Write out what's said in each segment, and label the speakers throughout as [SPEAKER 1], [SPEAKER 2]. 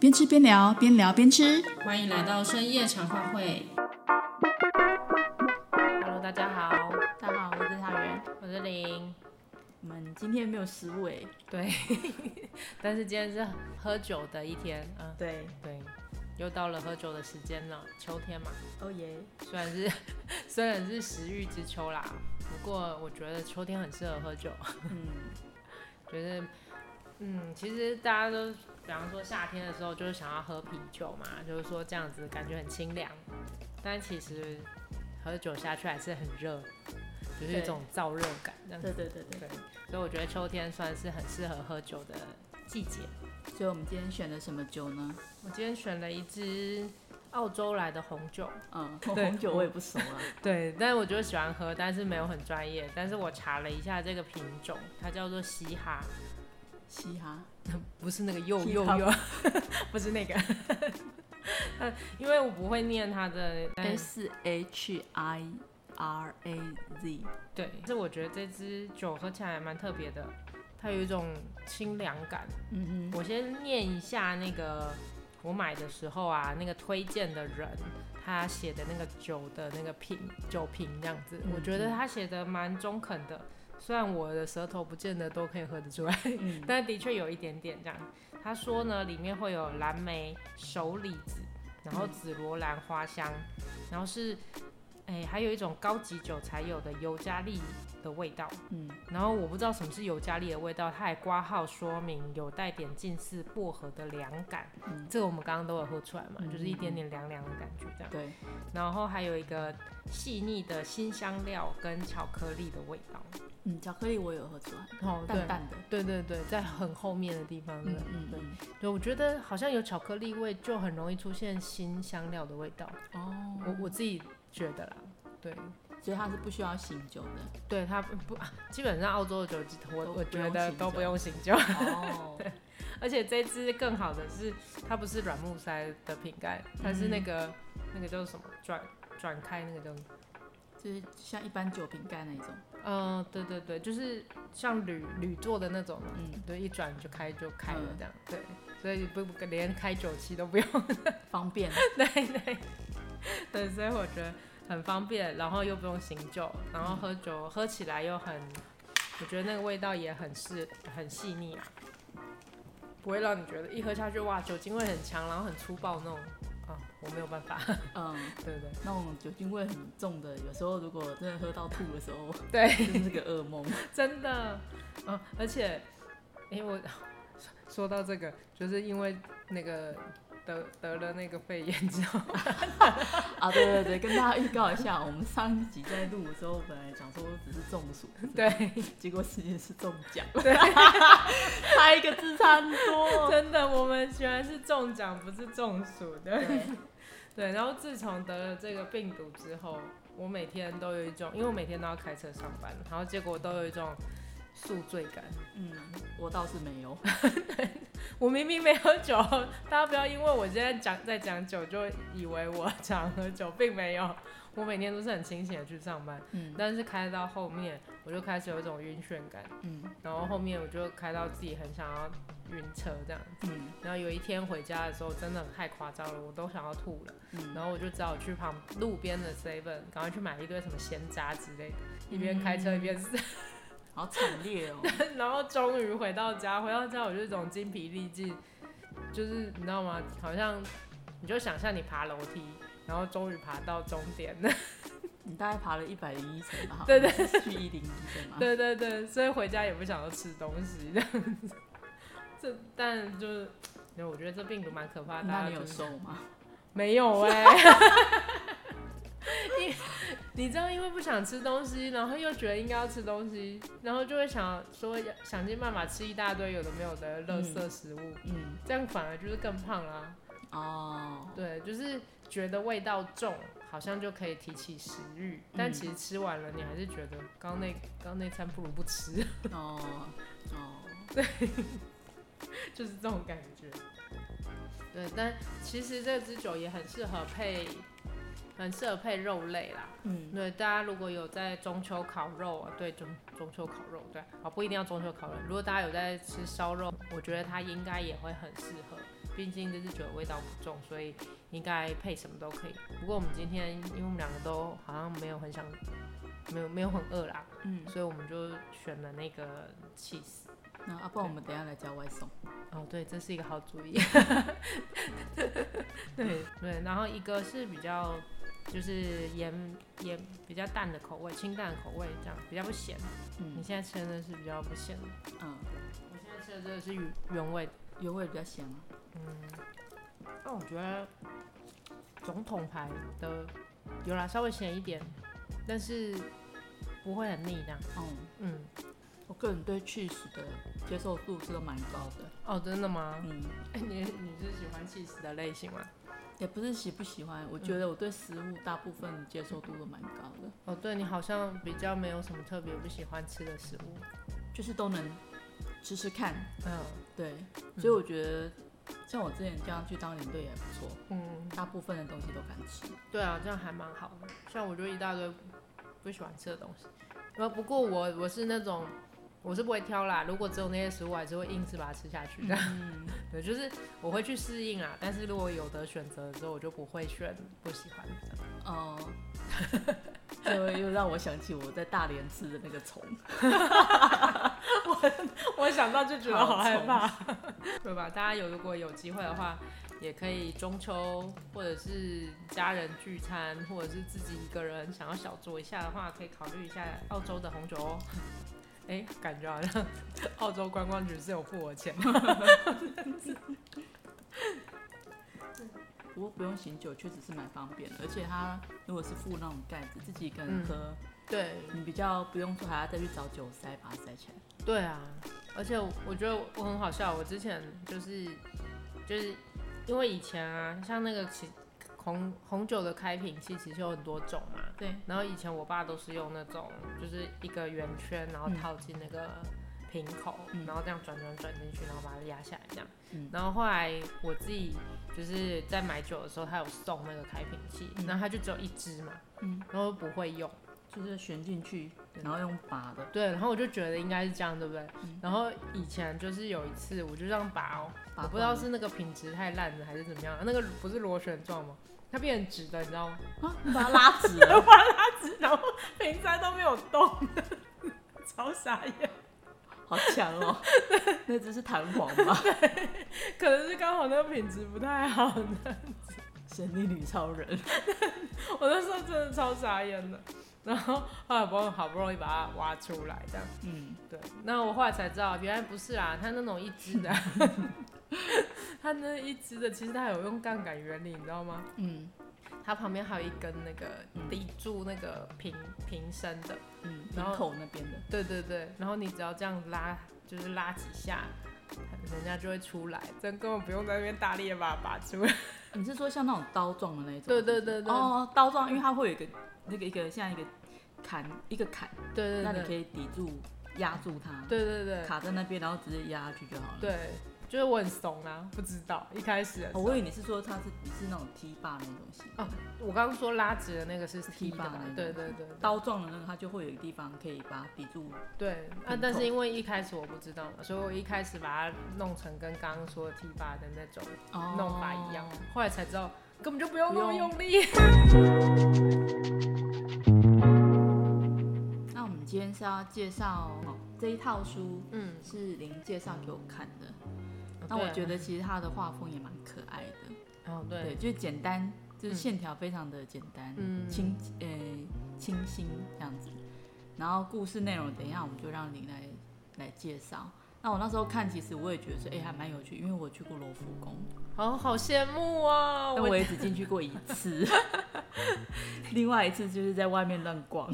[SPEAKER 1] 边吃边聊，边聊边吃。
[SPEAKER 2] 欢迎来到深夜茶话会。
[SPEAKER 3] Hello，大家好，
[SPEAKER 4] 大家好，我是汤圆。
[SPEAKER 3] 我是林。
[SPEAKER 4] 我们今天没有食物哎，
[SPEAKER 3] 对， 但是今天是喝酒的一天，嗯，
[SPEAKER 4] 对，
[SPEAKER 3] 对，又到了喝酒的时间了，秋天嘛，
[SPEAKER 4] 哦耶，
[SPEAKER 3] 虽然是 虽然是食欲之秋啦，不过我觉得秋天很适合喝酒，
[SPEAKER 4] 嗯，
[SPEAKER 3] 觉得，嗯，其实大家都，比方说夏天的时候，就是想要喝啤酒嘛，就是说这样子感觉很清凉，但其实喝酒下去还是很热，就是一
[SPEAKER 4] 对
[SPEAKER 3] 种燥热感这样子
[SPEAKER 4] 对对对对。
[SPEAKER 3] 对，所以我觉得秋天算是很适合喝酒的季节。
[SPEAKER 1] 所以我们今天选了什么酒呢？
[SPEAKER 3] 我今天选了一支澳洲来的红酒，
[SPEAKER 1] 嗯，
[SPEAKER 4] 我红酒我也不熟啊，
[SPEAKER 3] 对，但是我就喜欢喝，但是没有很专业。但是我查了一下这个品种，它叫做嘻哈，
[SPEAKER 1] 嘻哈。
[SPEAKER 3] 不是那个又
[SPEAKER 4] 嘻
[SPEAKER 3] 又
[SPEAKER 4] 哈
[SPEAKER 3] 又， 不是那个。 它因为我不会念它的，但是
[SPEAKER 1] S H I R A Z，
[SPEAKER 3] 对，但是我觉得这支酒喝起来蛮特别的，它有一种清凉感。
[SPEAKER 1] 嗯
[SPEAKER 3] 我先念一下那个我买的时候啊，那个推荐的人他写的那个酒的那个品酒瓶这样子，
[SPEAKER 1] 嗯
[SPEAKER 3] 我觉得他写的蛮中肯的。虽然我的舌头不见得都可以喝得出来，
[SPEAKER 1] 哼，嗯，
[SPEAKER 3] 但的确有一点点这样。他说呢，里面会有蓝莓、熟李子，然后紫罗兰花香，然后是，哎、还有一种高级酒才有的尤加利的味道。
[SPEAKER 1] 嗯，
[SPEAKER 3] 然后我不知道什么是尤加利的味道，它还挂号说明有带点近似薄荷的凉感，
[SPEAKER 1] 嗯
[SPEAKER 3] 这个我们刚刚都有喝出来嘛，
[SPEAKER 1] 嗯
[SPEAKER 3] 就是一点点凉凉的感觉这样。
[SPEAKER 1] 对，
[SPEAKER 3] 然后还有一个细腻的新香料跟巧克力的味道，
[SPEAKER 1] 嗯，巧克力我有喝出来，
[SPEAKER 3] 哦，对
[SPEAKER 1] 淡淡的，
[SPEAKER 3] 对对对，在很后面的地方，对
[SPEAKER 1] 嗯嗯
[SPEAKER 3] 对
[SPEAKER 1] 嗯，
[SPEAKER 3] 对，我觉得好像有巧克力味就很容易出现新香料的味道，
[SPEAKER 1] 哦，
[SPEAKER 3] 我我自己觉得啦，对。
[SPEAKER 1] 所以它是不需要醒酒的。
[SPEAKER 3] 对它不 不，基本上澳洲的酒，
[SPEAKER 1] 都
[SPEAKER 3] 我我
[SPEAKER 1] 不
[SPEAKER 3] 觉
[SPEAKER 1] 用
[SPEAKER 3] 得
[SPEAKER 1] 醒
[SPEAKER 3] 都
[SPEAKER 1] 酒
[SPEAKER 3] 不用醒酒，
[SPEAKER 1] 哦，
[SPEAKER 3] 而且这支更好的是，它不是软木塞的瓶盖，它是
[SPEAKER 1] 嗯
[SPEAKER 3] 那个、那个叫做什么转转开那个叫什么？
[SPEAKER 1] 就是像一般酒瓶盖那一种。
[SPEAKER 3] 嗯、对对对，就是像铝铝做的那种嘛，
[SPEAKER 1] 嗯，
[SPEAKER 3] 对，一转就开就开了
[SPEAKER 1] 嗯
[SPEAKER 3] 这样，对，所以不不连开酒器都不用，
[SPEAKER 1] 方便。
[SPEAKER 3] 对对对，所以我觉得很方便，然后又不用醒酒，然后喝酒、喝起来又很，我觉得那个味道也很是很细腻啊，不会让你觉得一喝下去哇酒精味很强，然后很粗暴那种啊，我没有办法，
[SPEAKER 1] 嗯，
[SPEAKER 3] 对不对？
[SPEAKER 1] 那种酒精味很重的，有时候如果真的喝到吐的时候，
[SPEAKER 3] 对，
[SPEAKER 1] 就是个噩梦。
[SPEAKER 3] 真的，嗯，而且因为我 说到这个，就是因为那个得得了那个肺炎之后，
[SPEAKER 1] 啊，对对对，跟大家预告一下，我们上一集在录的时候，本来想说只是中暑，
[SPEAKER 3] 对，
[SPEAKER 1] 结果实际是中奖，
[SPEAKER 3] 对，
[SPEAKER 1] 差一个字差很多。
[SPEAKER 3] 真的，我们居然是中奖，不是中暑的。
[SPEAKER 1] 对，
[SPEAKER 3] 对，然后自从得了这个病毒之后，我每天都有一种，因为我每天都要开车上班，然后结果都有一种宿醉感。
[SPEAKER 1] 嗯，我倒是没 有。
[SPEAKER 3] 我明明没喝酒，大家不要因为我今天讲在讲酒就以为我常喝酒，并没有，我每天都是很清醒的去上班。
[SPEAKER 1] 嗯
[SPEAKER 3] 但是开到后面，我就开始有一种晕眩感，
[SPEAKER 1] 嗯
[SPEAKER 3] 然后后面我就开到自己很想要晕车这样。
[SPEAKER 1] 嗯
[SPEAKER 3] 然后有一天回家的时候，真的太夸张了，我都想要吐了。
[SPEAKER 1] 嗯，
[SPEAKER 3] 然后我就只好去旁路边的 seven，赶快去买一堆什么鲜渣之类的，一边开车一边撕。
[SPEAKER 1] 好惨烈哦。
[SPEAKER 3] 然后终于回到家，回到家我就有一种精疲力尽，就是你知道吗？好像你就想象你爬楼梯，然后终于爬到终点了。
[SPEAKER 1] 你大概爬了一百零一层吧？
[SPEAKER 3] 对
[SPEAKER 1] 对，去一零一层嘛。
[SPEAKER 3] 对对对，所以回家也不想要吃东西这样子。这但就是，我觉得这病毒蛮可怕的。大
[SPEAKER 1] 那
[SPEAKER 3] 家
[SPEAKER 1] 你有
[SPEAKER 3] 就是
[SPEAKER 1] 瘦吗？
[SPEAKER 3] 没有哎、你你知道，因为不想吃东西，然后又觉得应该要吃东西，然后就会想说要想尽办法吃一大堆有的没有的垃圾食物，
[SPEAKER 1] 嗯，
[SPEAKER 3] 这样反而就是更胖啦。
[SPEAKER 1] 哦，
[SPEAKER 3] 对，就是觉得味道重，好像就可以提起食欲，但其实吃完了，你还是觉得刚那刚那餐不如不吃，
[SPEAKER 1] 哦，哦，
[SPEAKER 3] 就是这种感觉。对，但其实这支酒也很适合配很适合配肉类啦。
[SPEAKER 4] 嗯，
[SPEAKER 3] 对，大家如果有在中秋烤肉啊，对中中秋烤肉，对，好不一定要中秋烤肉。如果大家有在吃烧肉，我觉得它应该也会很适合，毕竟这支酒的味道不重，所以应该配什么都可以。不过我们今天因为我们两个都好像没有很想，没有没有很饿啦，
[SPEAKER 4] 嗯，
[SPEAKER 3] 所以我们就选了那个 cheese。
[SPEAKER 1] 那啊，不然我们等一下来叫外送。
[SPEAKER 3] 哦，对，这是一个好主 意。对对，然后一个是比较就是盐盐比较淡的口味，清淡的口味，这样比较不咸。你
[SPEAKER 1] 嗯
[SPEAKER 3] 现在吃的是比较不咸的，
[SPEAKER 1] 嗯，
[SPEAKER 3] 我现在吃的这个是原原味的。
[SPEAKER 1] 原味比较香啊。
[SPEAKER 3] 嗯，但我觉得总统牌的有啦，稍微咸一点，但是不会很腻这样。
[SPEAKER 1] 嗯，
[SPEAKER 3] 嗯，
[SPEAKER 1] 我个人对 cheese 的接受度是都蛮高的。
[SPEAKER 3] 哦，真的吗？
[SPEAKER 1] 嗯，
[SPEAKER 3] 哎 你你是喜欢 cheese 的类型吗？
[SPEAKER 1] 也不是喜不喜欢，我觉得我对食物大部分接受度都蛮高的，
[SPEAKER 3] 哦，对你好像比较没有什么特别不喜欢吃的食物。
[SPEAKER 1] 就是都能吃吃看。
[SPEAKER 3] 嗯
[SPEAKER 1] 对，所以我觉得像我之前这样去当领队也不错，
[SPEAKER 3] 嗯，
[SPEAKER 1] 大部分的东西都敢吃。
[SPEAKER 3] 对啊，这样还蛮好的。像我就一大堆不喜欢吃的东西，呃不不过我我是那种我是不会挑啦。如果只有那些食物，我还是会硬是把它吃下去的。
[SPEAKER 1] 嗯，
[SPEAKER 3] 对，就是我会去适应啊。但是如果有的选择之后，我就不会选不喜欢的。
[SPEAKER 1] 哦、 这又让我想起我在大连吃的那个虫，
[SPEAKER 3] 我想到就
[SPEAKER 1] 觉得好害怕，
[SPEAKER 3] 对吧？大家有如果有机会的话，也可以中秋或者是家人聚餐，或者是自己一个人想要小酌一下的话，可以考虑一下澳洲的红酒哦。 哎、感觉好像澳洲观光局是有付我钱。
[SPEAKER 1] 不过不用醒酒确实是蛮方便的，而且它如果是附那种盖子，自己一个人喝，
[SPEAKER 3] 对
[SPEAKER 1] 你比较不用说还要再去找酒塞把它塞起来。
[SPEAKER 3] 对啊，而且我我觉得我很好笑，我之前就是就是因为以前啊，像那个其红红酒的开瓶器其实有很多种嘛，
[SPEAKER 1] 对，
[SPEAKER 3] 然后以前我爸都是用那种，就是一个圆圈，然后套进那个瓶口，
[SPEAKER 1] 嗯
[SPEAKER 3] 然后这样转转转进去，然后把它压下来这样。
[SPEAKER 1] 嗯
[SPEAKER 3] 然后后来我自己就是在买酒的时候，他有送那个开瓶器，
[SPEAKER 1] 嗯
[SPEAKER 3] 然后它就只有一支嘛，
[SPEAKER 1] 嗯
[SPEAKER 3] 然后不会用。
[SPEAKER 1] 就是旋进去，
[SPEAKER 3] 对
[SPEAKER 1] 然后用拔的。
[SPEAKER 3] 对，然后我就觉得应该是这样，对不对？
[SPEAKER 1] 嗯
[SPEAKER 3] 然后以前就是有一次，我就这样拔哦，
[SPEAKER 1] 拔
[SPEAKER 3] 我不知道
[SPEAKER 1] 罐
[SPEAKER 3] 是那个品质太烂了还是怎么样，那个不是螺旋状吗？它变成直的，你知道吗？
[SPEAKER 1] 啊，你把它拉哦直了，
[SPEAKER 3] 然后 瓶塞都没有动， 超傻眼。
[SPEAKER 1] 好强 哦！那只是弹簧 吧？
[SPEAKER 3] 可能是刚好那个品质不太好
[SPEAKER 1] 神力女超人，
[SPEAKER 3] 我那时候真的超傻眼的。然后后来我好不容易把它挖出来，这样
[SPEAKER 1] 嗯，
[SPEAKER 3] 对。那我后来才知道，原来不是啦，它那种一支的， 它那一支的，其实它有用杠杆原理，你知道吗？
[SPEAKER 1] 嗯
[SPEAKER 3] 它旁边还有一根那个
[SPEAKER 1] 嗯
[SPEAKER 3] 抵住那个瓶瓶身的，
[SPEAKER 1] 嗯，
[SPEAKER 3] 然后
[SPEAKER 1] 瓶口那边的，
[SPEAKER 3] 对对对。然后你只要这样拉，就是拉几下，人家就会出来，真根本不用在那边大力的把它拔出来。
[SPEAKER 1] 你是说像那种刀状的那一种？
[SPEAKER 3] 对对对对，
[SPEAKER 1] 哦，刀状，因为它会有一个那个一个像一个坎，一个坎，
[SPEAKER 3] 对
[SPEAKER 1] 那你
[SPEAKER 3] 对
[SPEAKER 1] 可
[SPEAKER 3] 对，
[SPEAKER 1] 以抵住压住它，
[SPEAKER 3] 对对对。
[SPEAKER 1] 卡在那边，然后直接压下去就好了。
[SPEAKER 3] 对，就是我很怂啊，不知道一开始的时
[SPEAKER 1] 哦，
[SPEAKER 3] 候
[SPEAKER 1] 我以为你是说它是你是那种踢把那种型，
[SPEAKER 3] 哦我刚刚说拉直的那个是 T
[SPEAKER 1] 吧
[SPEAKER 3] 吧
[SPEAKER 1] 那？
[SPEAKER 3] 对
[SPEAKER 1] 个
[SPEAKER 3] 对对
[SPEAKER 1] 刀状的那个它就会有一个地方可以把它抵住。
[SPEAKER 3] 对啊
[SPEAKER 1] 很！
[SPEAKER 3] 但是
[SPEAKER 1] 痛
[SPEAKER 3] 因为一开始我不知道嘛，所以我一开始把它弄成跟刚刚说 T 吧的那种
[SPEAKER 1] 哦
[SPEAKER 3] 弄法一样，后来才知道根本就不用那么
[SPEAKER 1] 不用
[SPEAKER 3] 用力。
[SPEAKER 1] 那我们今天是要介绍哦这一套书
[SPEAKER 3] 嗯，
[SPEAKER 1] 是林介绍给我看的，
[SPEAKER 3] 哦
[SPEAKER 1] 那我
[SPEAKER 3] 对
[SPEAKER 1] 觉得其实它的画风也蛮可爱的，
[SPEAKER 3] 哦
[SPEAKER 1] 对，
[SPEAKER 3] 对，
[SPEAKER 1] 就是简单，就是
[SPEAKER 3] 嗯
[SPEAKER 1] 线条非常的简单，
[SPEAKER 3] 嗯
[SPEAKER 1] 清呃清新这样子。然后故事内容，等一下我们就让您来来介绍。那我那时候看，其实我也觉得说，哎、还蛮有趣，因为我去过罗浮宫，
[SPEAKER 3] 好好羡慕啊！
[SPEAKER 1] 但我也只进去过一次， 另外一次就是在外面乱逛，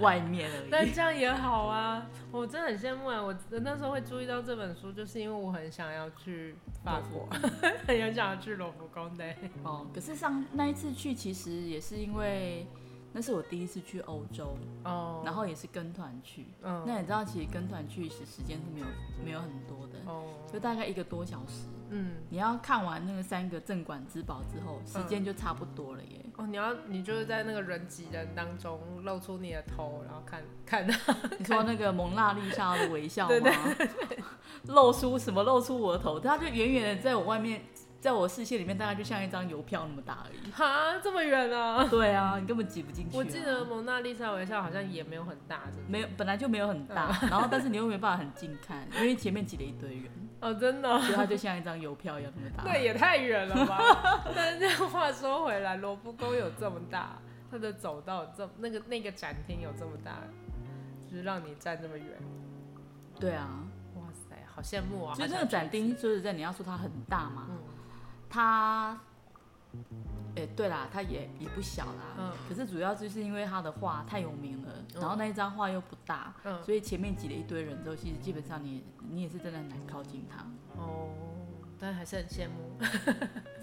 [SPEAKER 1] 外面而
[SPEAKER 3] 但
[SPEAKER 1] 已。
[SPEAKER 3] 这样也好啊，我真的很羡慕啊！我那时候会注意到这本书，就是因为我很想要去法国， 很想要去罗浮宫的。
[SPEAKER 1] 哦，可是上那一次去，其实也是因为。那是我第一次去欧洲，
[SPEAKER 3] 哦，
[SPEAKER 1] 然后也是跟团去。
[SPEAKER 3] 嗯，
[SPEAKER 1] 那你知道，其实跟团去时时间是没有没有很多的，
[SPEAKER 3] 哦，
[SPEAKER 1] 就大概一个多小时。
[SPEAKER 3] 嗯，
[SPEAKER 1] 你要看完那个三个镇馆之宝之后，时间就差不多了耶。
[SPEAKER 3] 哦，你要你就是在那个人挤人当中露出你的头，然后看看，
[SPEAKER 1] 你说那个蒙娜丽莎的微笑吗？
[SPEAKER 3] 对对
[SPEAKER 1] 露出什么？露出我的头，它就远远的在我外面，在我视线里面，大概就像一张邮票那么大而已。
[SPEAKER 3] 哈，这么远啊！
[SPEAKER 1] 对啊，你根本挤不进去、啊。
[SPEAKER 3] 我记得蒙娜丽莎微笑好像也没有很大，是不是？
[SPEAKER 1] 没有，本来就没有很大， 然后但是你又没办法很近看，因为前面挤了一堆人，
[SPEAKER 3] 哦，真的哦，
[SPEAKER 1] 所以它就像一张邮票一样那么
[SPEAKER 3] 那
[SPEAKER 1] 大。
[SPEAKER 3] 也太远了吧！但是话说回来，罗浮宫有这么大，它的走道有这那个那个展厅有这么大，就是让你站这么远，
[SPEAKER 1] 对啊，
[SPEAKER 3] 哇塞，好羡慕啊！
[SPEAKER 1] 就是那
[SPEAKER 3] 好想
[SPEAKER 1] 个
[SPEAKER 3] 去
[SPEAKER 1] 展厅，说实在，你要说它很大嘛，
[SPEAKER 3] 嗯
[SPEAKER 1] 它，哎、对啦，它也也不小啦，
[SPEAKER 3] 嗯
[SPEAKER 1] 可是主要就是因为它的画太有名了，
[SPEAKER 3] 嗯
[SPEAKER 1] 然后那一张画又不大，
[SPEAKER 3] 嗯
[SPEAKER 1] 所以前面挤了一堆人之后，其实基本上你你也是真的很难靠近它，
[SPEAKER 3] 哦，但还是很羡慕。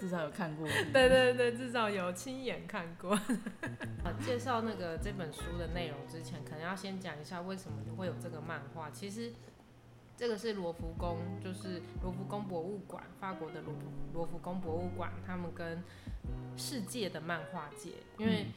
[SPEAKER 1] 至少有看过。
[SPEAKER 3] 对对对，至少有亲眼看过。好，介绍那个这本书的内容之前，可能要先讲一下为什么会有这个漫画。其实这个是罗浮宫，就是罗浮宫博物馆，法国的罗浮罗浮宫博物馆，他们跟世界的漫画界，因为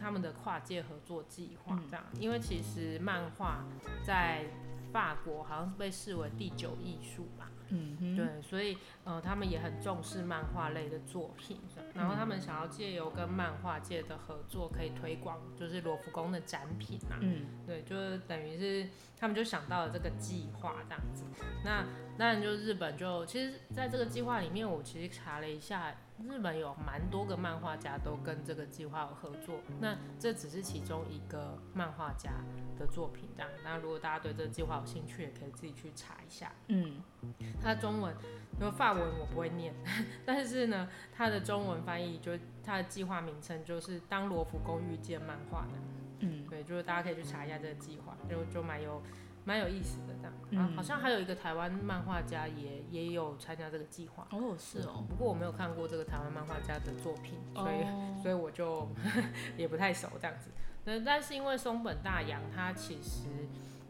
[SPEAKER 3] 他们的跨界合作计划这样。因为其实漫画在法国好像被视为第九艺术吧。
[SPEAKER 1] 嗯哼，
[SPEAKER 3] 对，所以呃，他们也很重视漫画类的作品，然后他
[SPEAKER 1] 嗯
[SPEAKER 3] 们想要借由跟漫画界的合作，可以推广就是罗浮宫的展品啊。
[SPEAKER 1] 嗯
[SPEAKER 3] 对，就是等于是他们就想到了这个计划这样子。那当然就日本就其实在这个计划里面，我其实查了一下，日本有蛮多个漫画家都跟这个计划有合作。那这只是其中一个漫画家的作品这样。那如果大家对这个计划有兴趣，也可以自己去查一下。
[SPEAKER 1] 嗯，
[SPEAKER 3] 它中文，然后法文我不会念， 但是呢，它的中文翻译就它的计划名称就是《当罗浮宫遇见漫画》的，
[SPEAKER 1] 嗯
[SPEAKER 3] 对，就是大家可以去查一下这个计划，就就蛮有蛮有意思的这样。啊
[SPEAKER 1] 嗯
[SPEAKER 3] 然后好像还有一个台湾漫画家也也有参加这个计划，
[SPEAKER 1] 哦是哦，
[SPEAKER 3] 不过我没有看过这个台湾漫画家的作品，所以、
[SPEAKER 1] 哦
[SPEAKER 3] 所以我就 也不太熟这样子。那但是因为松本大洋他其实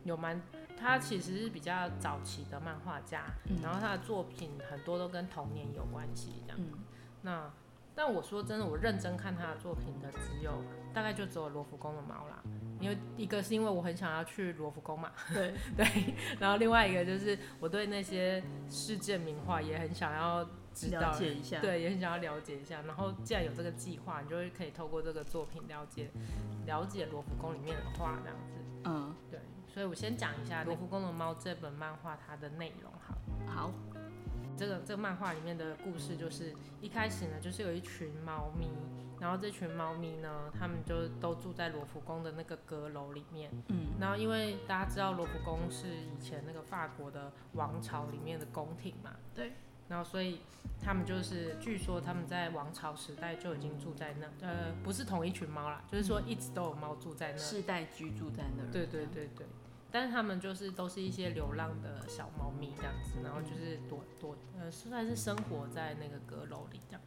[SPEAKER 3] 有蛮，他其实是比较早期的漫画家，
[SPEAKER 1] 嗯
[SPEAKER 3] 然后他的作品很多都跟童年有关系这样。
[SPEAKER 1] 嗯
[SPEAKER 3] 那但我说真的，我认真看他的作品的只有大概就只有罗浮宫的猫啦，因为一个是因为我很想要去罗浮宫嘛，
[SPEAKER 1] 对，
[SPEAKER 3] 对，然后另外一个就是我对那些世界名画也很想要知道
[SPEAKER 1] 了解一下。
[SPEAKER 3] 对，也很想要了解一下。然后既然有这个计划，你就会可以透过这个作品了解了解罗浮宫里面的画这样子。
[SPEAKER 1] 嗯，
[SPEAKER 3] 对，所以我先讲一下《罗浮宫的猫》这本漫画它的内容好了。
[SPEAKER 1] 好，
[SPEAKER 3] 这个这个漫画里面的故事就是一开始呢，就是有一群猫咪，然后这群猫咪呢，它们就都住在罗浮宫的那个阁楼里面。
[SPEAKER 1] 嗯
[SPEAKER 3] 然后因为大家知道罗浮宫是以前那个法国的王朝里面的宫廷嘛，
[SPEAKER 1] 对。
[SPEAKER 3] 然后所以他们就是，据说他们在王朝时代就已经住在那，呃，不是同一群猫啦，就是说一直都有猫住在那。
[SPEAKER 1] 世代居住在那儿。
[SPEAKER 3] 对对对对。但是他们就是都是一些流浪的小猫咪这样子，然后就是躲躲，呃，算是生活在那个阁楼里这样。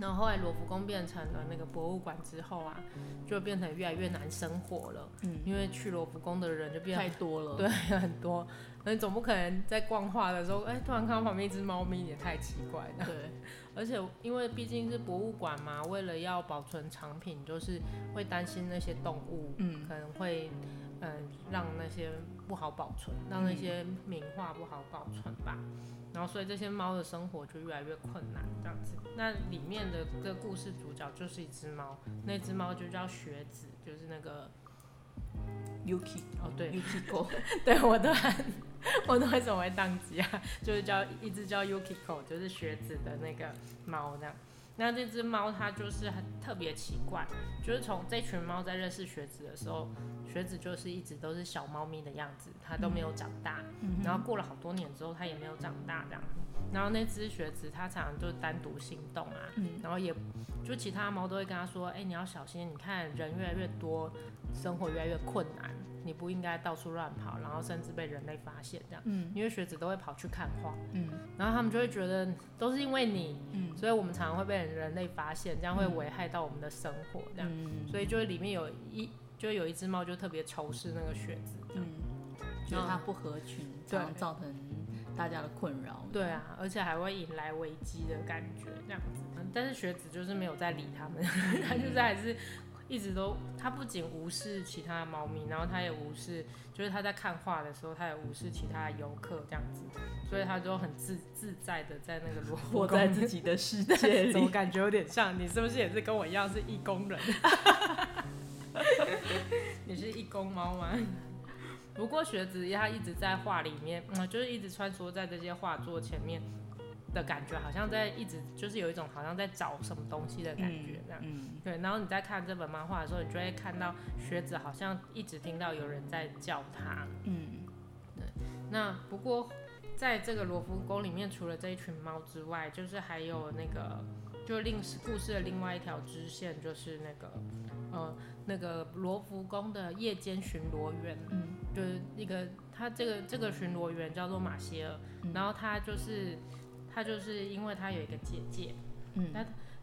[SPEAKER 3] 然后后来罗浮宫变成了那个博物馆之后啊，就变成越来越难生活了，
[SPEAKER 1] 嗯，
[SPEAKER 3] 因为去罗浮宫的人就变
[SPEAKER 1] 太多了。
[SPEAKER 3] 对，很多。那你总不可能在逛画的时候，哎、突然看到旁边一只猫咪，也太奇怪了。
[SPEAKER 1] 对，
[SPEAKER 3] 而且因为毕竟是博物馆嘛，为了要保存藏品，就是会担心那些动物
[SPEAKER 1] 嗯
[SPEAKER 3] 可能会，嗯、让那些不好保存，让那些名画不好保存吧。然后所以这些猫的生活就越来越困难，这样子。那里面的这个故事主角就是一只猫，那只猫就叫学子，就是那个
[SPEAKER 1] ，Yuki
[SPEAKER 3] 哦对，
[SPEAKER 1] Yuki Go，
[SPEAKER 3] 对我突然，我突然怎么会宕机啊？就是叫一只叫 Yukiko，就是 学子的那个猫这样。那这只猫它就是很特别奇怪，就是从这群猫在认识学子的时候，学子就是一直都是小猫咪的样子，它都没有长大。
[SPEAKER 1] 嗯
[SPEAKER 3] 然后过了好多年之后，它也没有长大这样。然后那只学子它常常就单独行动啊，
[SPEAKER 1] 嗯
[SPEAKER 3] 然后也就其他猫都会跟它说：“哎、你要小心，你看人越来越多，生活越来越困难。”你不应该到处乱跑，然后甚至被人类发现这样。
[SPEAKER 1] 嗯
[SPEAKER 3] 因为学子都会跑去看画，
[SPEAKER 1] 嗯
[SPEAKER 3] 然后他们就会觉得都是因为你，
[SPEAKER 1] 嗯
[SPEAKER 3] 所以我们常常会被人类发现，这样会危害到我们的生活，这样，
[SPEAKER 1] 嗯
[SPEAKER 3] 所以就是里面有一就有一只猫就特别仇视那个学子，
[SPEAKER 1] 嗯，觉得它不合群，
[SPEAKER 3] 对
[SPEAKER 1] 常常造成大家的困扰。
[SPEAKER 3] 对啊，而且还会引来危机的感觉这样子。嗯但是学子就是没有在理他们， 他就是还是一直都，他不仅无视其他的猫咪，然后他也无视，就是他在看画的时候，他也无视其他的游客这样子，所以他就很自自在的在那个罗
[SPEAKER 4] 活在自己的世界
[SPEAKER 3] 怎么
[SPEAKER 4] 里。
[SPEAKER 3] 感觉有点像？你是不是也是跟我一样是义工人？ 你是义工猫吗？不过学子他一直在画里面，嗯，就是一直穿梭在这些画作前面的感觉，好像在一直就是有一种好像在找什么东西的感觉这样。
[SPEAKER 1] 嗯
[SPEAKER 3] 对，然后你在看这本漫画的时候，你就会看到学子好像一直听到有人在叫他，
[SPEAKER 1] 嗯
[SPEAKER 3] 那不过，在这个罗浮宫里面，除了这一群猫之外，就是还有那个，就另故事的另外一条支线，就是那个，呃，那个罗浮宫的夜间巡逻员，
[SPEAKER 1] 嗯
[SPEAKER 3] 就是那个他这个这个巡逻员叫做马歇尔，
[SPEAKER 1] 嗯
[SPEAKER 3] 然后他就是他就是因为他有一个姐姐，
[SPEAKER 1] 嗯，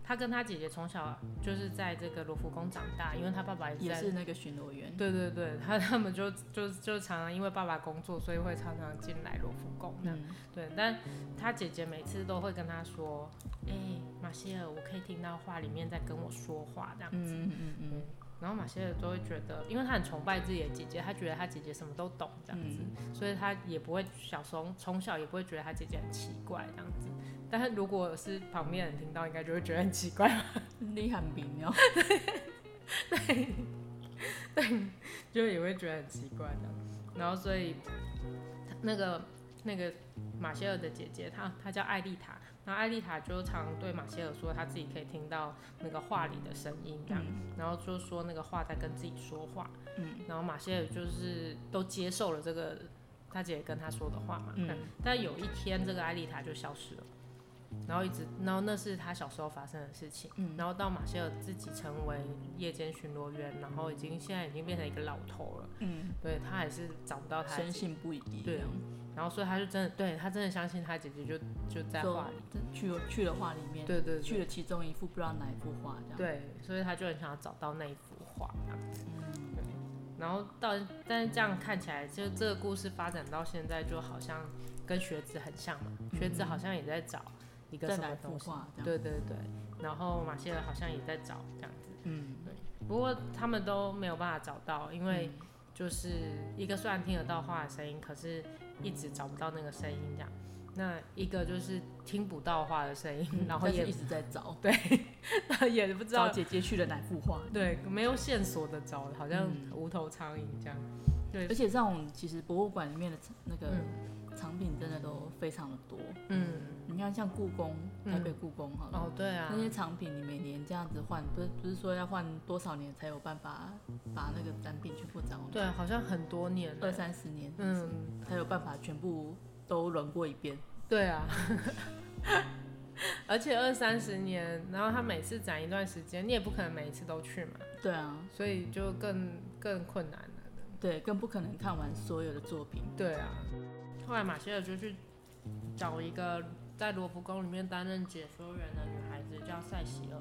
[SPEAKER 3] 他跟他姐姐从小就是在这个罗浮宫长大，因为他爸爸也是
[SPEAKER 1] 也
[SPEAKER 3] 在
[SPEAKER 1] 是那个巡逻员。
[SPEAKER 3] 对对对，他他们就就就常常因为爸爸工作，所以会常常进来罗浮宫这样。
[SPEAKER 1] 嗯
[SPEAKER 3] 对，但他姐姐每次都会跟他说：“哎、马歇尔，我可以听到话里面在跟我说话这样子。
[SPEAKER 1] 嗯嗯嗯
[SPEAKER 3] 然后马歇尔都会觉得，因为他很崇拜自己的姐姐，他觉得他姐姐什么都懂这样子，所以他也不会小时候从小也不会觉得他姐姐很奇怪这样子。但是如果是旁边人听到，应该就会觉得很奇怪
[SPEAKER 1] 嗯，厉害比妙。
[SPEAKER 3] 就也会觉得很奇怪的。然后所以他那个那个马歇尔的姐姐，她她叫艾丽塔，然后艾丽塔就常对马歇尔说，她自己可以听到那个画里的声音这样，然后就说那个画在跟自己说话，
[SPEAKER 1] 嗯，
[SPEAKER 3] 然后马歇尔就是都接受了这个他姐姐跟他说的话嘛，
[SPEAKER 1] 嗯
[SPEAKER 3] 但有一天这个艾丽塔就消失了。然后一直，然后那是他小时候发生的事情。
[SPEAKER 1] 嗯
[SPEAKER 3] 然后到马歇尔自己成为夜间巡逻员，然后已经现在已经变成一个老头了，
[SPEAKER 1] 嗯，
[SPEAKER 3] 对他还是找不到他的
[SPEAKER 1] 深
[SPEAKER 3] 姐姐，
[SPEAKER 1] 信不疑。
[SPEAKER 3] 对
[SPEAKER 1] 这样
[SPEAKER 3] 然后所以他就真的对他真的相信他姐姐就就在
[SPEAKER 1] 就
[SPEAKER 3] 画里，
[SPEAKER 1] 去了去了画里面，
[SPEAKER 3] 对对
[SPEAKER 1] 去
[SPEAKER 3] 对
[SPEAKER 1] 了其中一幅不知道哪一幅画这样。
[SPEAKER 3] 对，所以他就很想要找到那一幅画这样子，
[SPEAKER 1] 嗯，
[SPEAKER 3] 对，然后到但是这样看起来，就这个故事发展到现在，就好像跟学子很像嘛，学子好像也在找一个
[SPEAKER 1] 再
[SPEAKER 3] 什
[SPEAKER 1] 来
[SPEAKER 3] 么
[SPEAKER 1] 一幅
[SPEAKER 3] 东西，
[SPEAKER 1] 画这样。
[SPEAKER 3] 对对对，然后马歇尔好像也在找这样子，
[SPEAKER 1] 嗯，
[SPEAKER 3] 不过他们都没有办法找到，因为就是一个虽然听得到话的声音，可是一直找不到那个声音这样。那一个就是听不到话的声音，
[SPEAKER 1] 嗯，
[SPEAKER 3] 然后
[SPEAKER 1] 但是
[SPEAKER 3] 也
[SPEAKER 1] 一直在找，
[SPEAKER 3] 也不知
[SPEAKER 1] 找
[SPEAKER 3] 道，
[SPEAKER 1] 姐姐去了哪幅画。
[SPEAKER 3] 对，没有线索的找，好像
[SPEAKER 1] 嗯
[SPEAKER 3] 无头苍蝇这样。对
[SPEAKER 1] 而，且这种其实博物馆里面的那个
[SPEAKER 3] 嗯
[SPEAKER 1] 藏品真的都非常的多。
[SPEAKER 3] 嗯，
[SPEAKER 1] 你看，像故宫，
[SPEAKER 3] 嗯
[SPEAKER 1] 台北故宫好了，
[SPEAKER 3] 哦，对啊
[SPEAKER 1] 那，些藏品你每年这样子换，不是不是说要换多少年才有办法把那个展品全部找完？
[SPEAKER 3] 嗯对，啊好像很多年
[SPEAKER 1] 二
[SPEAKER 3] 了，
[SPEAKER 1] 三十年
[SPEAKER 3] 嗯，
[SPEAKER 1] 才有办法全部都轮过一遍。
[SPEAKER 3] 对啊，而且二三十年，然后他每次展一段时间，你也不可能每一次都去嘛，
[SPEAKER 1] 对啊，
[SPEAKER 3] 所以就更更困难了。
[SPEAKER 1] 对，更不可能看完所有的作品。
[SPEAKER 3] 对啊，后来马歇尔就去找一个在罗浮宫里面担任解说员的女孩子，叫塞西尔。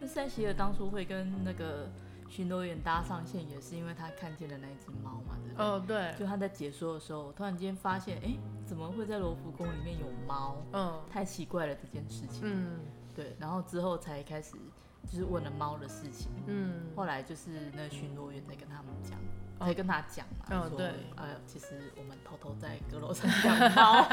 [SPEAKER 1] 那塞西尔当初会跟那个巡逻员搭上线，也是因为他看见了那一只猫嘛，对不对？
[SPEAKER 3] 哦，对，
[SPEAKER 1] 就他在解说的时候，突然间发现，哎，怎么会在罗浮宫里面有猫？
[SPEAKER 3] 嗯
[SPEAKER 1] 太奇怪了这件事情。
[SPEAKER 3] 嗯
[SPEAKER 1] 对，然后之后才开始就是问了猫的事情，
[SPEAKER 3] 嗯，
[SPEAKER 1] 后来就是那个巡逻员在跟他们讲，
[SPEAKER 3] 哦
[SPEAKER 1] 才跟他讲嘛，
[SPEAKER 3] 嗯
[SPEAKER 1] 说
[SPEAKER 3] 对
[SPEAKER 1] 呃，其实我们偷偷在阁楼上养 猫，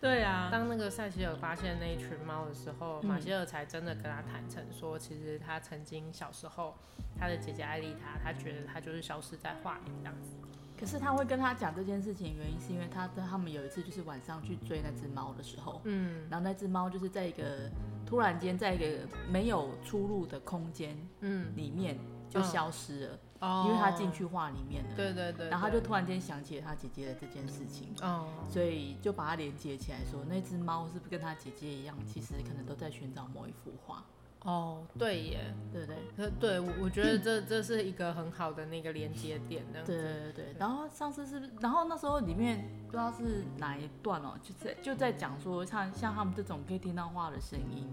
[SPEAKER 3] 对啊。当那个塞西尔发现那一群猫的时候，
[SPEAKER 1] 嗯
[SPEAKER 3] 马歇尔才真的跟他坦诚说，其实他曾经小时候，他的姐姐艾丽塔，他觉得他就是消失在画里这样子。
[SPEAKER 1] 可是他会跟他讲这件事情，原因是因为他他们有一次就是晚上去追那只猫的时候，
[SPEAKER 3] 嗯
[SPEAKER 1] 然后那只猫就是在一个突然间在一个没有出入的空间
[SPEAKER 3] 嗯，
[SPEAKER 1] 里面就消失了，
[SPEAKER 3] 哦
[SPEAKER 1] 因为他进。去画里面了，
[SPEAKER 3] 对对对。
[SPEAKER 1] 然后他就
[SPEAKER 3] 对
[SPEAKER 1] 突然间想起了他姐姐的这件事情。
[SPEAKER 3] 哦
[SPEAKER 1] 所以就把它连接起来说那只猫是不是跟他姐姐一样，其实可能都在寻找某一幅画。
[SPEAKER 3] 哦，对耶，
[SPEAKER 1] 对不对？
[SPEAKER 3] 呃对，我我觉得这这是一个很好的那个连接点，这样
[SPEAKER 1] 对
[SPEAKER 3] 子。
[SPEAKER 1] 对对对，然后上次是不是？然后那时候里面不知道是哪一段哦，就在就在讲说像像他们这种可以听到画的声音，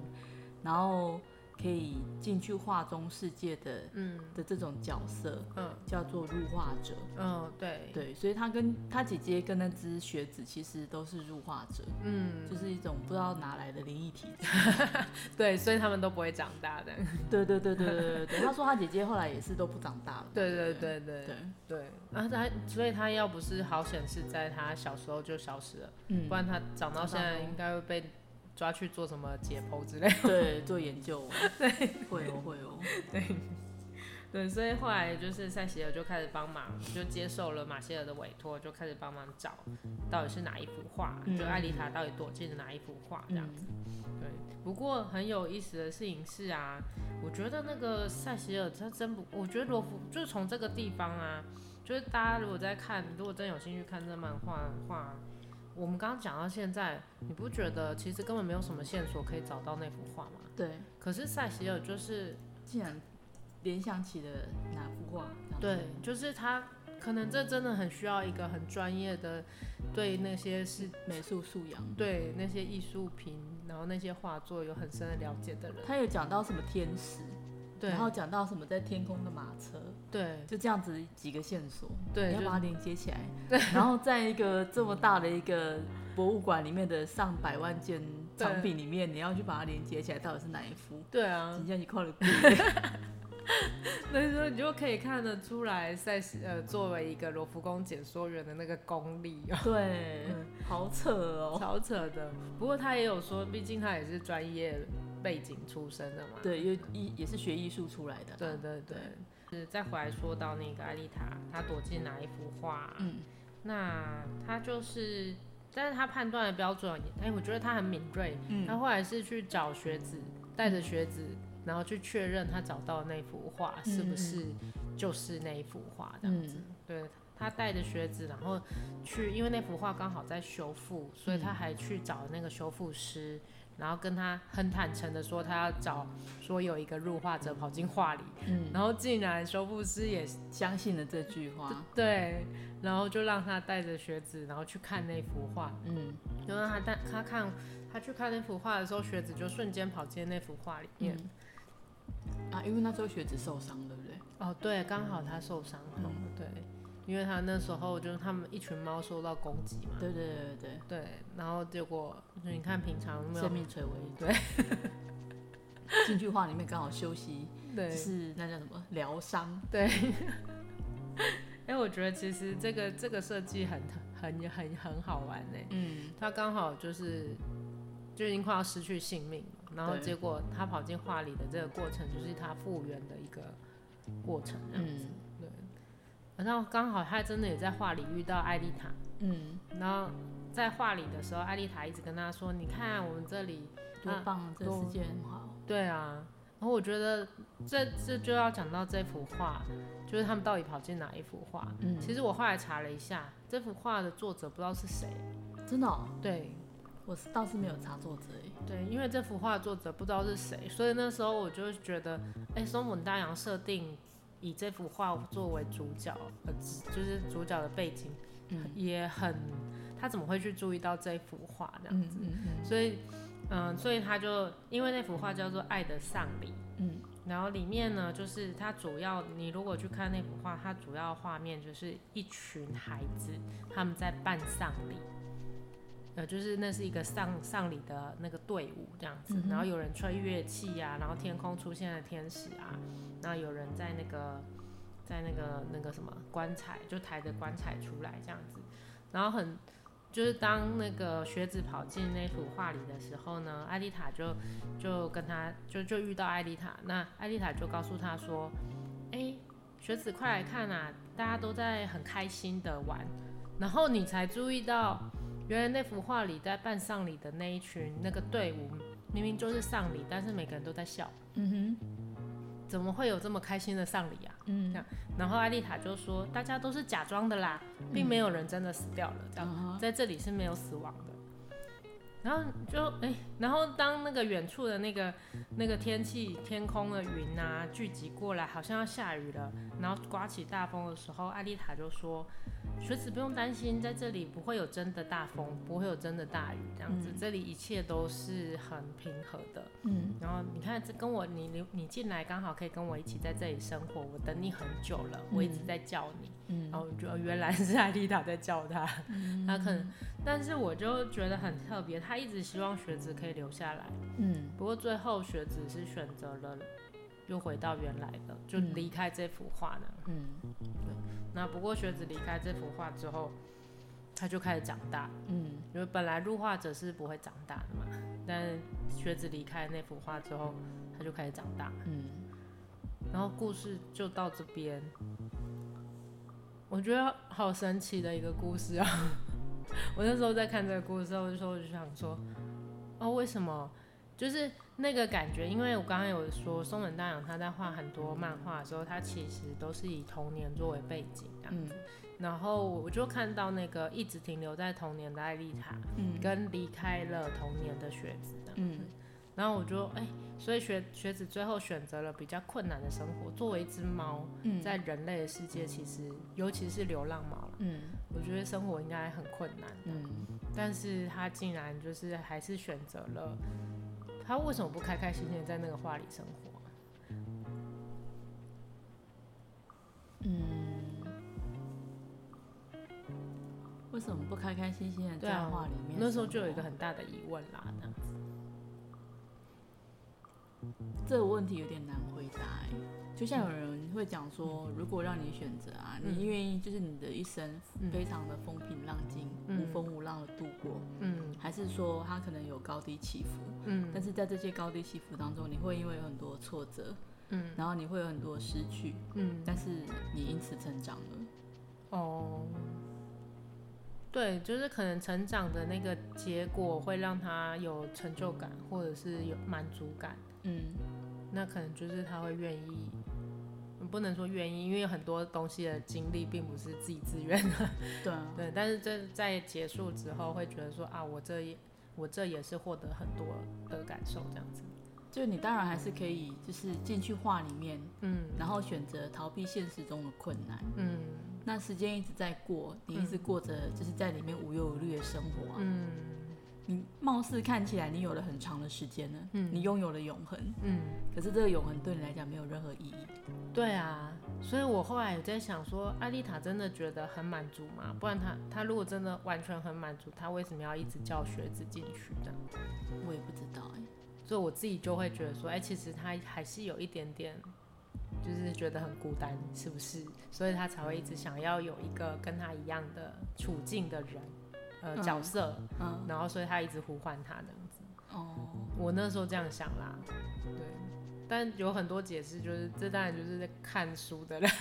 [SPEAKER 1] 然后可以进去画中世界的
[SPEAKER 3] 嗯
[SPEAKER 1] 的这种角色
[SPEAKER 3] 嗯
[SPEAKER 1] 叫做入画者。
[SPEAKER 3] 嗯，对，
[SPEAKER 1] 对，所以他跟他姐姐跟那只学子其实都是入画者，
[SPEAKER 3] 嗯
[SPEAKER 1] 就是一种不知道哪来的灵异体质。
[SPEAKER 3] 对，所以他们都不会长大的。
[SPEAKER 1] 对对对对对对对，他说他姐姐后来也是都不长大了。
[SPEAKER 3] 对对
[SPEAKER 1] 对
[SPEAKER 3] 对对
[SPEAKER 1] 对，
[SPEAKER 3] 对，然后他所以他要不是好险是在他小时候就消失了，
[SPEAKER 1] 嗯
[SPEAKER 3] 不，然他长到现在应该会被抓去做什么解剖之类的。
[SPEAKER 1] 对做研究，对，会哦会哦，
[SPEAKER 3] 对，所以后来就是塞西尔就开始帮忙，就接受了马歇尔的委托，就开始帮忙找到底是哪一幅画，
[SPEAKER 1] 嗯
[SPEAKER 3] 就艾丽塔到底躲进了哪一幅画这样子。对，不过很有意思的事情是啊，我觉得那个塞西尔他真不，我觉得罗浮就是从这个地方啊，就是大家如果在看，如果真有兴趣看这漫画的话，我们刚刚讲到现在，你不觉得其实根本没有什么线索可以找到那幅画吗？
[SPEAKER 1] 对，
[SPEAKER 3] 可是塞西尔就是
[SPEAKER 1] 竟然联想起了哪幅画？这样子
[SPEAKER 3] 对，就是他可能这真的很需要一个很专业的对那些是
[SPEAKER 1] 美术素养，
[SPEAKER 3] 对那些艺术品，然后那些画作有很深的了解的人。
[SPEAKER 1] 他有讲到什么天使，
[SPEAKER 3] 对
[SPEAKER 1] 然后讲到什么在天空的马车，
[SPEAKER 3] 对
[SPEAKER 1] 就这样子几个线索，
[SPEAKER 3] 对
[SPEAKER 1] 你要
[SPEAKER 3] 就
[SPEAKER 1] 把它连接起来。 对，然后在一个这么大的一个博物馆里面的上百万件藏品里面，你要去把它连接起来，到底是哪一幅？
[SPEAKER 3] 对啊
[SPEAKER 1] 人，家你靠了，
[SPEAKER 3] 所以说你就可以看得出来塞西呃作为一个罗浮宫解说员的那个功力哦。
[SPEAKER 1] 对， 好扯哦。
[SPEAKER 3] 超扯的，不过他也有说，毕竟他也是专业背景出身的嘛。
[SPEAKER 1] 对，又艺也是学艺术出来的。
[SPEAKER 3] 对，对对，是再回来说到那个艾丽塔，她躲进哪一幅画？
[SPEAKER 1] 嗯，
[SPEAKER 3] 那他就是，但是他判断的标准，哎、我觉得他很敏锐。他
[SPEAKER 1] 嗯，
[SPEAKER 3] 后来是去找学子，带着学子，然后去确认他找到的那幅画
[SPEAKER 1] 嗯
[SPEAKER 3] 是不是就是那一幅画这样子。对他带着学子，然后去，因为那幅画刚好在修复，所以他还去找那个修复师。然后跟他很坦诚的说，他要找说有一个入画者跑进画里，
[SPEAKER 1] 嗯，
[SPEAKER 3] 然后竟然修复师也
[SPEAKER 1] 相信了这句话，
[SPEAKER 3] 对，然后就让他带着学子，然后去看那幅画。
[SPEAKER 1] 嗯
[SPEAKER 3] 就让他带他看他去看那幅画的时候，学子就瞬间跑进那幅画里面。
[SPEAKER 1] 嗯。啊，因为那时候学子受伤，对不对？
[SPEAKER 3] 哦，对，刚好他受伤了。
[SPEAKER 1] 嗯
[SPEAKER 3] 对，因为他那时候就是他们一群猫受到攻击嘛。
[SPEAKER 1] 对对对对
[SPEAKER 3] 对，然后结果就你看平常有没
[SPEAKER 1] 对，
[SPEAKER 3] 有
[SPEAKER 1] 生命垂危。
[SPEAKER 3] 对，
[SPEAKER 1] 进去画里面刚好休息，就
[SPEAKER 3] 对
[SPEAKER 1] 是那叫什么疗伤，
[SPEAKER 3] 对。哎、我觉得其实这个这个设计很很很很好玩呢、
[SPEAKER 1] 嗯，
[SPEAKER 3] 他刚好就是就已经快要失去性命了，然后
[SPEAKER 1] 对
[SPEAKER 3] 结果他跑进画里的这个过程，就是他复原的一个过程，这样
[SPEAKER 1] 嗯
[SPEAKER 3] 子。对，然后刚好他真的也在画里遇到艾丽塔，
[SPEAKER 1] 嗯，
[SPEAKER 3] 然后在画里的时候，艾丽塔一直跟他说：“你看我们这里，
[SPEAKER 1] 多
[SPEAKER 3] 啊
[SPEAKER 1] 棒，这
[SPEAKER 3] 多
[SPEAKER 1] 世界很好，
[SPEAKER 3] 对啊。”然后我觉得这这就要讲到这幅画，就是他们到底跑进哪一幅画。
[SPEAKER 1] 嗯，
[SPEAKER 3] 其实我后来查了一下，这幅画的作者不知道是谁。
[SPEAKER 1] 真的哦、
[SPEAKER 3] 对，
[SPEAKER 1] 我是倒是没有查作者诶，
[SPEAKER 3] 对，因为这幅画作者不知道是谁，所以那时候我就觉得，哎、松本大洋设定以这幅画作为主角，呃，只就是主角的背景，
[SPEAKER 1] 嗯
[SPEAKER 3] 也很，他怎么会去注意到这幅画这样
[SPEAKER 1] 嗯
[SPEAKER 3] 子？
[SPEAKER 1] 嗯
[SPEAKER 3] 所以，嗯、所以他就因为那幅画叫做《爱的丧礼》，
[SPEAKER 1] 嗯
[SPEAKER 3] 然后里面呢，就是它主要，你如果去看那幅画，它主要画面就是一群孩子他们在办丧礼，呃，就是那是一个丧丧礼的那个队伍这样子
[SPEAKER 1] 嗯，哼
[SPEAKER 3] 然后有人吹乐器啊，然后天空出现了天使啊，然后有人在那个在那个那个什么棺材，就抬着棺材出来这样子，然后很。就是当那个学子跑进那幅画里的时候呢，艾丽塔就就跟他就就遇到艾丽塔，那艾丽塔就告诉他说：“哎、学子，快来看啊，大家都在很开心的玩。”然后你才注意到，原来那幅画里在办丧礼的那一群那个队伍，明明就是丧礼，但是每个人都在笑，
[SPEAKER 1] 嗯
[SPEAKER 3] 怎么会有这么开心的丧礼啊？
[SPEAKER 1] 哼嗯
[SPEAKER 3] 然后艾丽塔就说：“大家都是假装的啦，并没有人真的死掉了，这样
[SPEAKER 1] 嗯哼
[SPEAKER 3] 在这里是没有死亡的。然后就哎、然后当那个远处的那个那个天气天空的云啊聚集过来，好像要下雨了，然后刮起大风的时候，艾丽塔就说：“学子不用担心，在这里不会有真的大风，不会有真的大雨，这样子，
[SPEAKER 1] 嗯
[SPEAKER 3] 这里一切都是很平和的。
[SPEAKER 1] 嗯，
[SPEAKER 3] 然后你看，这跟我你你你进来刚好可以跟我一起在这里生活，我等你很久了，我一直在叫你。
[SPEAKER 1] 嗯
[SPEAKER 3] 然后我就原来是艾丽塔在叫他，他哦可能，但是我就觉得很特别，他一直希望学子可以留下来，
[SPEAKER 1] 嗯
[SPEAKER 3] 不过最后学子是选择了又回到原来的，就
[SPEAKER 1] 嗯
[SPEAKER 3] 离开这幅画呢。
[SPEAKER 1] 嗯
[SPEAKER 3] 那不过学子离开这幅画之后，他就开始长大，
[SPEAKER 1] 嗯
[SPEAKER 3] 因为本来入画者是不会长大的嘛，但学子离开那幅画之后，他就开始长大，
[SPEAKER 1] 嗯，
[SPEAKER 3] 然后故事就到这边。我觉得好神奇的一个故事啊！ 我那时候在看这个故事的时候，我就说我就想说，哦，为什么？就是那个感觉，因为我刚刚有说松本大洋他在画很多漫画的时候，他其实都是以童年作为背景的、
[SPEAKER 1] 嗯
[SPEAKER 3] 然后我就看到那个一直停留在童年的艾丽塔，
[SPEAKER 1] 嗯
[SPEAKER 3] 跟离开了童年的学子啊这样子。
[SPEAKER 1] 嗯
[SPEAKER 3] 然后我就哎、所以学学子最后选择了比较困难的生活。作为一只猫，
[SPEAKER 1] 嗯
[SPEAKER 3] 在人类的世界，其实尤其是流浪猫啦，
[SPEAKER 1] 嗯
[SPEAKER 3] 我觉得生活应该很困难。
[SPEAKER 1] 嗯
[SPEAKER 3] 但是他竟然就是还是选择了，他为什么不开开心心地在那个画里生活啊？
[SPEAKER 1] 嗯，为什么不开开心心的
[SPEAKER 3] 对啊
[SPEAKER 1] 在画里面？
[SPEAKER 3] 那时候就有一个，很大的疑问啦，这样子。
[SPEAKER 1] 这个问题有点难回答欸。就像有人会讲说，如果让你选择啊，
[SPEAKER 3] 嗯
[SPEAKER 1] 你愿意就是你的一生
[SPEAKER 3] 嗯
[SPEAKER 1] 非常的风平浪静、
[SPEAKER 3] 嗯
[SPEAKER 1] 无风无浪的度过，
[SPEAKER 3] 嗯
[SPEAKER 1] 还是说它可能有高低起伏？
[SPEAKER 3] 嗯
[SPEAKER 1] 但是在这些高低起伏当中，你会因为有很多挫折，
[SPEAKER 3] 嗯
[SPEAKER 1] 然后你会有很多失去，
[SPEAKER 3] 嗯，
[SPEAKER 1] 但是你因此成长了。
[SPEAKER 3] 哦，对，就是可能成长的那个结果会让他有成就感，或者是有满足感。
[SPEAKER 1] 嗯
[SPEAKER 3] 那可能就是他会愿意，嗯不能说愿意，因为很多东西的经历并不是自己自愿的。
[SPEAKER 1] 对啊，
[SPEAKER 3] 对，但是这在结束之后，会觉得说啊，我这也我这也是获得很多的感受，这样子。
[SPEAKER 1] 就你当然还是可以，就是进去画里面，
[SPEAKER 3] 嗯
[SPEAKER 1] 然后选择逃避现实中的困难。
[SPEAKER 3] 嗯
[SPEAKER 1] 那时间一直在过，你一直过着就是在里面无忧无虑的生活啊。
[SPEAKER 3] 嗯
[SPEAKER 1] 你貌似看起来你有了很长的时间呢，
[SPEAKER 3] 嗯
[SPEAKER 1] 你拥有了永恒，
[SPEAKER 3] 嗯，
[SPEAKER 1] 可是这个永恒对你来讲没有任何意义。
[SPEAKER 3] 对啊。所以我后来有在想说，艾丽塔真的觉得很满足吗？不然她她如果真的完全很满足，她为什么要一直叫学子进去这样？
[SPEAKER 1] 我也不知道哎、
[SPEAKER 3] 所以我自己就会觉得说，哎、其实他还是有一点点，就是觉得很孤单，是不是？所以他才会一直想要有一个跟他一样的处境的人，呃，
[SPEAKER 1] 嗯
[SPEAKER 3] 角色，
[SPEAKER 1] 嗯，
[SPEAKER 3] 然后所以他一直呼唤他这样子。
[SPEAKER 1] 哦，
[SPEAKER 3] 我那时候这样想啦，对。但有很多解释，就是这当然就是在看书的人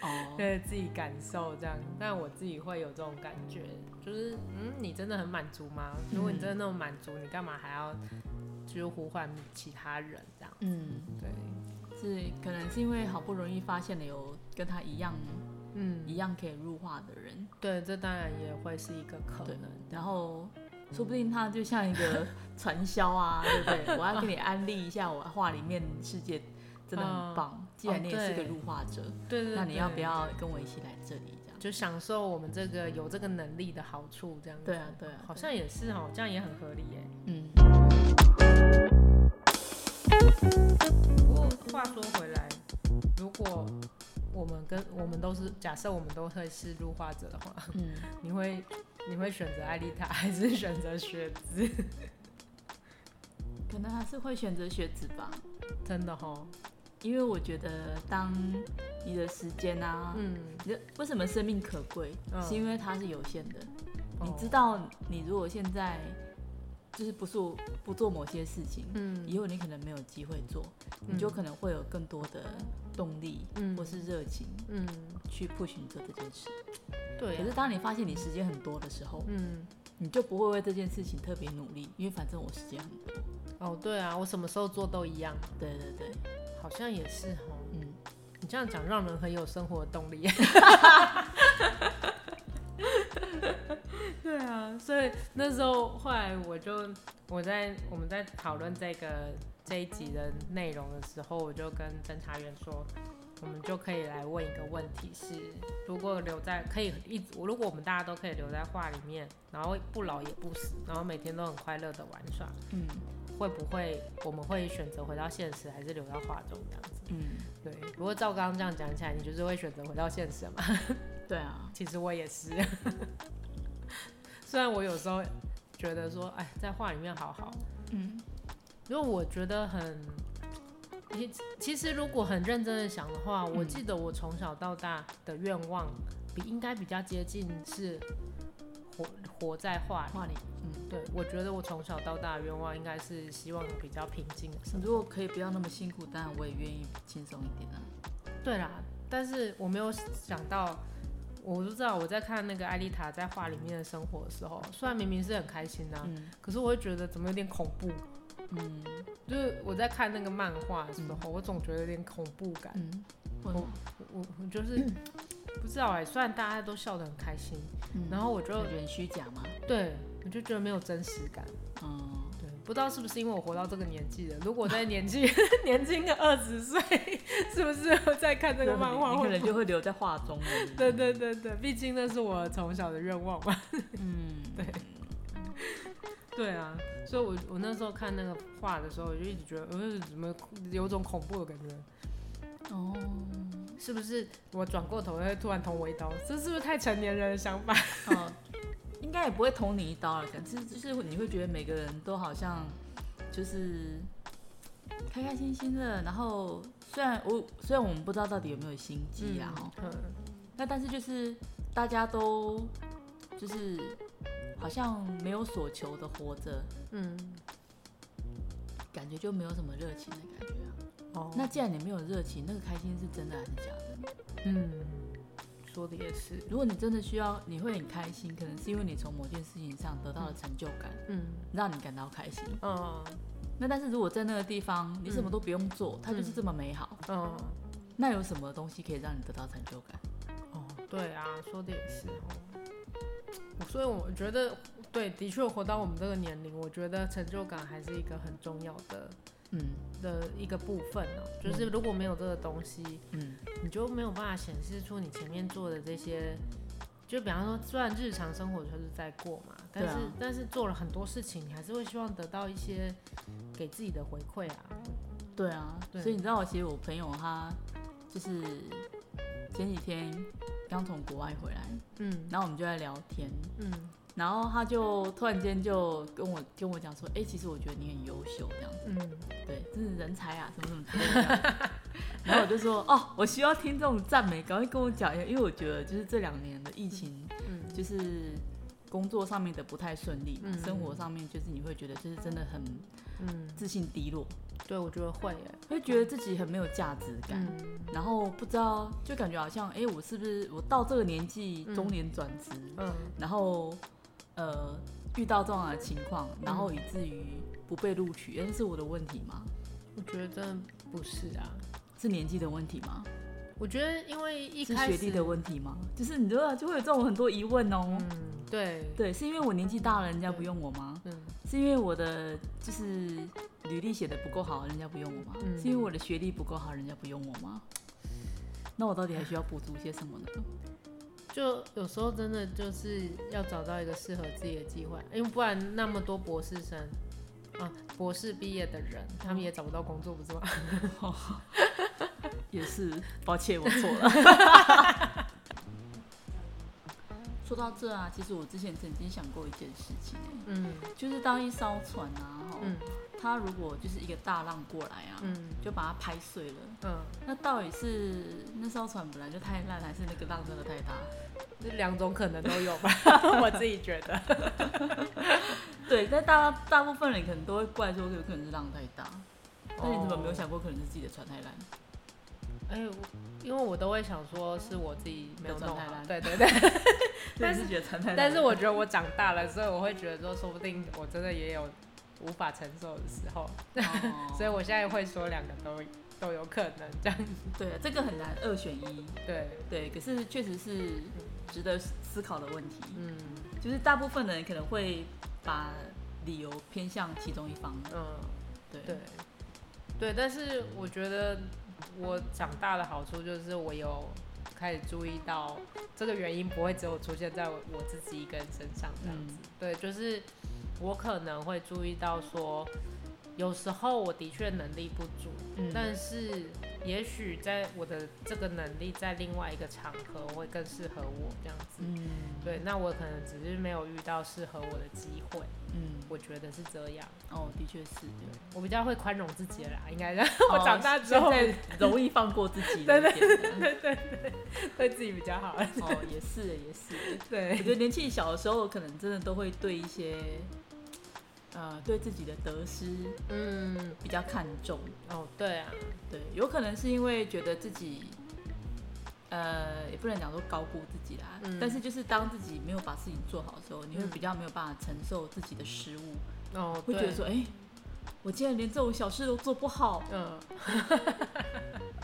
[SPEAKER 1] 哦，
[SPEAKER 3] 对自己感受这样，但我自己会有这种感觉，就是嗯，你真的很满足吗？如果你真的那么满足，你干嘛还要就是呼唤其他人这样？
[SPEAKER 1] 嗯，
[SPEAKER 3] 对，
[SPEAKER 1] 是可能是因为好不容易发现了有跟他一样
[SPEAKER 3] 嗯，
[SPEAKER 1] 一样可以入画的人，
[SPEAKER 3] 对，这当然也会是一个可
[SPEAKER 1] 对
[SPEAKER 3] 能。
[SPEAKER 1] 然后说不定他就像一 个传销啊，对不对？我要给你安利一下，我画里面世界真的很棒。既然你也是个入画者，
[SPEAKER 3] 对对对，
[SPEAKER 1] 那你要不要跟我一起来这里？这样
[SPEAKER 3] 就享受我们这个有这个能力的好处？这样子
[SPEAKER 1] 对啊，对啊，
[SPEAKER 3] 好像也是哦，这样也很合理耶。
[SPEAKER 1] 嗯，
[SPEAKER 3] 不过话说回来，如果我们跟我们都是假设我们都会是入画者的话，
[SPEAKER 1] 嗯，
[SPEAKER 3] 你会你会选择艾丽塔还是选择雪子？
[SPEAKER 1] 可能还是会选择学子吧，
[SPEAKER 3] 真的哦，
[SPEAKER 1] 因为我觉得当你的时间啊，
[SPEAKER 3] 嗯，
[SPEAKER 1] 你的为什么生命可贵，
[SPEAKER 3] 嗯
[SPEAKER 1] 是因为它是有限的。你
[SPEAKER 3] 哦
[SPEAKER 1] 知，道，你如果现在就是不做不做某些事情，
[SPEAKER 3] 嗯，
[SPEAKER 1] 以后你可能没有机会做，你就可能会有更多的动力
[SPEAKER 3] 嗯
[SPEAKER 1] 或是热情
[SPEAKER 3] 嗯，
[SPEAKER 1] 去 push 你做这件事。
[SPEAKER 3] 对
[SPEAKER 1] 可
[SPEAKER 3] 啊
[SPEAKER 1] 是，当你发现你时间很多的时候，
[SPEAKER 3] 嗯，
[SPEAKER 1] 你就不会为这件事情特别努力，因为反正我时间很多。
[SPEAKER 3] 哦，对啊，我什么时候做都一样，
[SPEAKER 1] 对对对，
[SPEAKER 3] 好像也是哦。
[SPEAKER 1] 嗯，
[SPEAKER 3] 你这样讲让人很有 生活动力。对啊，啊，所以那时候后来我就我在我们在讨论这个这一集的内容的时候，我就跟侦查员说，我们就可以来问一个问题是：如果留在可以一直，如果我们大家都可以留在画里面，然后不老也不死，然后每天都很快乐的玩耍，
[SPEAKER 1] 嗯
[SPEAKER 3] 会不会我们会选择回到现实，还是留到画中这样子？
[SPEAKER 1] 嗯，
[SPEAKER 3] 对，如果照刚刚这样讲起来，你就是会选择回到现实嘛？
[SPEAKER 1] 对啊，
[SPEAKER 3] 其实我也是， 虽然我有时候觉得说，哎，在画里面好好，
[SPEAKER 1] 嗯
[SPEAKER 3] 因为我觉得很，其其实如果很认真的想的话，我
[SPEAKER 1] 嗯
[SPEAKER 3] 记得我从小到大的愿望比应该比较接近是活活在画里。
[SPEAKER 1] 画里，嗯，
[SPEAKER 3] 对，我觉得我从小到大的愿望应该是希望比较平静的生活。
[SPEAKER 1] 如果可以不要那么辛苦，当然我也愿意轻松一点啊。
[SPEAKER 3] 对啦，但是我没有想到，我就知道我在看那个艾丽塔在画里面的生活的时候，虽然明明是很开心呐、啊
[SPEAKER 1] 嗯
[SPEAKER 3] 可是我会觉得怎么有点恐怖。
[SPEAKER 1] 嗯
[SPEAKER 3] 就是我在看那个漫画的时候，我总觉得有点恐怖感。
[SPEAKER 1] 嗯，
[SPEAKER 3] 我
[SPEAKER 1] 我
[SPEAKER 3] 我我就是 不知道哎、虽然大家都笑得很开心，然后我就
[SPEAKER 1] 嗯感觉很虚假嘛，
[SPEAKER 3] 对我就觉得没有真实感。
[SPEAKER 1] 嗯，
[SPEAKER 3] 对，不知道是不是因为我活到这个年纪了？如果在年纪 年轻个二十岁， 是不是在看这个漫画
[SPEAKER 1] 你
[SPEAKER 3] 会
[SPEAKER 1] 可能就会留在画中了。
[SPEAKER 3] 对对对对，毕竟那是我从小的愿望嘛。
[SPEAKER 1] 嗯，
[SPEAKER 3] 对对啊，所以我我那时候看那个画的时候，我就一直觉得，呃，怎么有种恐怖的感觉？
[SPEAKER 1] 哦，
[SPEAKER 3] 是不是我转过头会突然捅我一刀？这是不是太成年人的想法？
[SPEAKER 1] 哦，应该也不会捅你一刀了，可是就是你会觉得每个人都好像就是开开心心的，然后虽然我虽然我们不知道到底有没有心机啊，哦、
[SPEAKER 3] 嗯，
[SPEAKER 1] 那但是就是大家都就是好像没有所求的活着，哦
[SPEAKER 3] 嗯
[SPEAKER 1] 感觉就没有什么热情的感觉啊。
[SPEAKER 3] 哦
[SPEAKER 1] 那既然你没有热情，那个开心是真的还是假的呢？
[SPEAKER 3] 嗯，说的也是，
[SPEAKER 1] 如果你真的需要，你会很开心，可能是因为你从某件事情上得到了成就感，
[SPEAKER 3] 嗯
[SPEAKER 1] 让你感到开心。
[SPEAKER 3] 嗯
[SPEAKER 1] 那但是如果在那个地方你什么都不用做，它就是这么美好，
[SPEAKER 3] 嗯，
[SPEAKER 1] 那有什么东西可以让你得到成就感？
[SPEAKER 3] 哦，对啊，说的也是哦。所以我觉得，对，的确活到我们这个年龄，我觉得成就感还是一个很重要的
[SPEAKER 1] 嗯
[SPEAKER 3] 的一个部分哦、就是如果没有这个东西，
[SPEAKER 1] 嗯
[SPEAKER 3] 你就没有办法显示出你前面做的这些。就比方说，虽然日常生活就是在过嘛，但
[SPEAKER 1] 对
[SPEAKER 3] 是、
[SPEAKER 1] 啊
[SPEAKER 3] 但是做了很多事情，你还是会希望得到一些给自己的回馈啊。
[SPEAKER 1] 对啊，
[SPEAKER 3] 对
[SPEAKER 1] 所以你知道，其实我朋友他就是前几天刚从国外回来，
[SPEAKER 3] 嗯
[SPEAKER 1] 然后我们就在聊天，
[SPEAKER 3] 嗯
[SPEAKER 1] 然后他就突然间就跟我跟我讲说，哎、其实我觉得你很优秀，这样子，
[SPEAKER 3] 嗯，
[SPEAKER 1] 对，真是人才啊，什么什么 之类的。然后我就说，哦，我需要听这种赞美，赶快跟我讲，因为我觉得就是这两年的疫情，
[SPEAKER 3] 嗯
[SPEAKER 1] 就是工作上面的不太顺利嘛，
[SPEAKER 3] 嗯
[SPEAKER 1] 生活上面就是你会觉得就是真的很
[SPEAKER 3] 嗯，
[SPEAKER 1] 自信低落，
[SPEAKER 3] 对，我觉得会耶。
[SPEAKER 1] 会觉得自己很没有价值感，
[SPEAKER 3] 嗯
[SPEAKER 1] 然后不知道就感觉好像，哎、我是不是我到这个年纪
[SPEAKER 3] 嗯
[SPEAKER 1] 中年转职，
[SPEAKER 3] 嗯
[SPEAKER 1] 然后呃遇到这样的情况，然后以至于不被录取，哎、是我的问题吗？
[SPEAKER 3] 我觉得真的不是啊。
[SPEAKER 1] 是年纪的问题吗？
[SPEAKER 3] 我觉得因为一
[SPEAKER 1] 是
[SPEAKER 3] 开始
[SPEAKER 1] 学历的问题吗？就是你知道就会有这种很多疑问哦。
[SPEAKER 3] 嗯，对，
[SPEAKER 1] 对，是因为我年纪大了，人家不用我吗？
[SPEAKER 3] 嗯
[SPEAKER 1] 是因为我的就是履历写的不够好，人家不用我吗？
[SPEAKER 3] 嗯
[SPEAKER 1] 是因为我的学历不够好，人家不用我吗？那我到底还需要补足些什么呢？
[SPEAKER 3] 就有时候真的就是要找到一个适合自己的计划，因为不然那么多博士生啊，博士毕业的人，他们也找不到工作，不是吗？
[SPEAKER 1] 也是，抱歉，我错了。 说到这啊，其实我之前曾经想过一件事情、
[SPEAKER 3] 嗯
[SPEAKER 1] 就是当一艘船啊，吼
[SPEAKER 3] 嗯
[SPEAKER 1] 它如果就是一个大浪过来啊，
[SPEAKER 3] 嗯
[SPEAKER 1] 就把它拍碎了。
[SPEAKER 3] 嗯，
[SPEAKER 1] 那到底是那艘船本来就太烂，还是那个浪真的太大？
[SPEAKER 3] 这两种可能都有 吧，我自己觉得。
[SPEAKER 1] 对，但大大部分人可能都会怪说，有可能是浪太大。那你怎么没有
[SPEAKER 3] 哦？
[SPEAKER 1] 想过，可能是自己的船太烂？
[SPEAKER 3] 哎、我因为我都会想说是我自己没有弄
[SPEAKER 1] 没有状态
[SPEAKER 3] 好
[SPEAKER 1] 啦，
[SPEAKER 3] 对对对。 但是
[SPEAKER 1] 对觉得船太烂
[SPEAKER 3] 但是我觉得我长大了，所以我会觉得说，说不定我真的也有无法承受的时候，
[SPEAKER 1] 哦
[SPEAKER 3] 所以我现在会说两个都都有可能这样。
[SPEAKER 1] 对啊这个很难二选一。
[SPEAKER 3] 对，
[SPEAKER 1] 对，可是确实是值得思考的问题。
[SPEAKER 3] 嗯。
[SPEAKER 1] 就是大部分的人可能会把理由偏向其中一方，
[SPEAKER 3] 嗯，
[SPEAKER 1] 对
[SPEAKER 3] 对，对，但是我觉得我长大的好处就是我有开始注意到这个原因不会只有出现在我我自己一个人身上这样
[SPEAKER 1] 嗯
[SPEAKER 3] 子。对，就是我可能会注意到说，有时候我的确能力不足，
[SPEAKER 1] 嗯
[SPEAKER 3] 但是也许在我的这个能力在另外一个场合会更适合我这样子。
[SPEAKER 1] 嗯
[SPEAKER 3] 对，那我可能只是没有遇到适合我的机会，
[SPEAKER 1] 嗯，
[SPEAKER 3] 我觉得是这样。
[SPEAKER 1] 哦，的确是，对，
[SPEAKER 3] 我比较会宽容自己了啦，应该是 我长大之后
[SPEAKER 1] 哦现在容易放过自己了一 点了，
[SPEAKER 3] 对自己比 较好。
[SPEAKER 1] 哦，也是也是，我
[SPEAKER 3] 对
[SPEAKER 1] 觉得年纪小的时候，可能真的都会对一些，呃，对自己的得失
[SPEAKER 3] 嗯，
[SPEAKER 1] 比较看重。
[SPEAKER 3] 哦，对啊，
[SPEAKER 1] 对，有可能是因为觉得自己，呃，也不能讲说高估自己啦，
[SPEAKER 3] 嗯
[SPEAKER 1] 但是就是当自己没有把事情做好的时候，你会
[SPEAKER 3] 嗯
[SPEAKER 1] 比较没有办法承受自己的失误，
[SPEAKER 3] 哦，
[SPEAKER 1] 会觉得
[SPEAKER 3] 对，
[SPEAKER 1] 说，哎、我竟然连这种小事都做不好。
[SPEAKER 3] 嗯，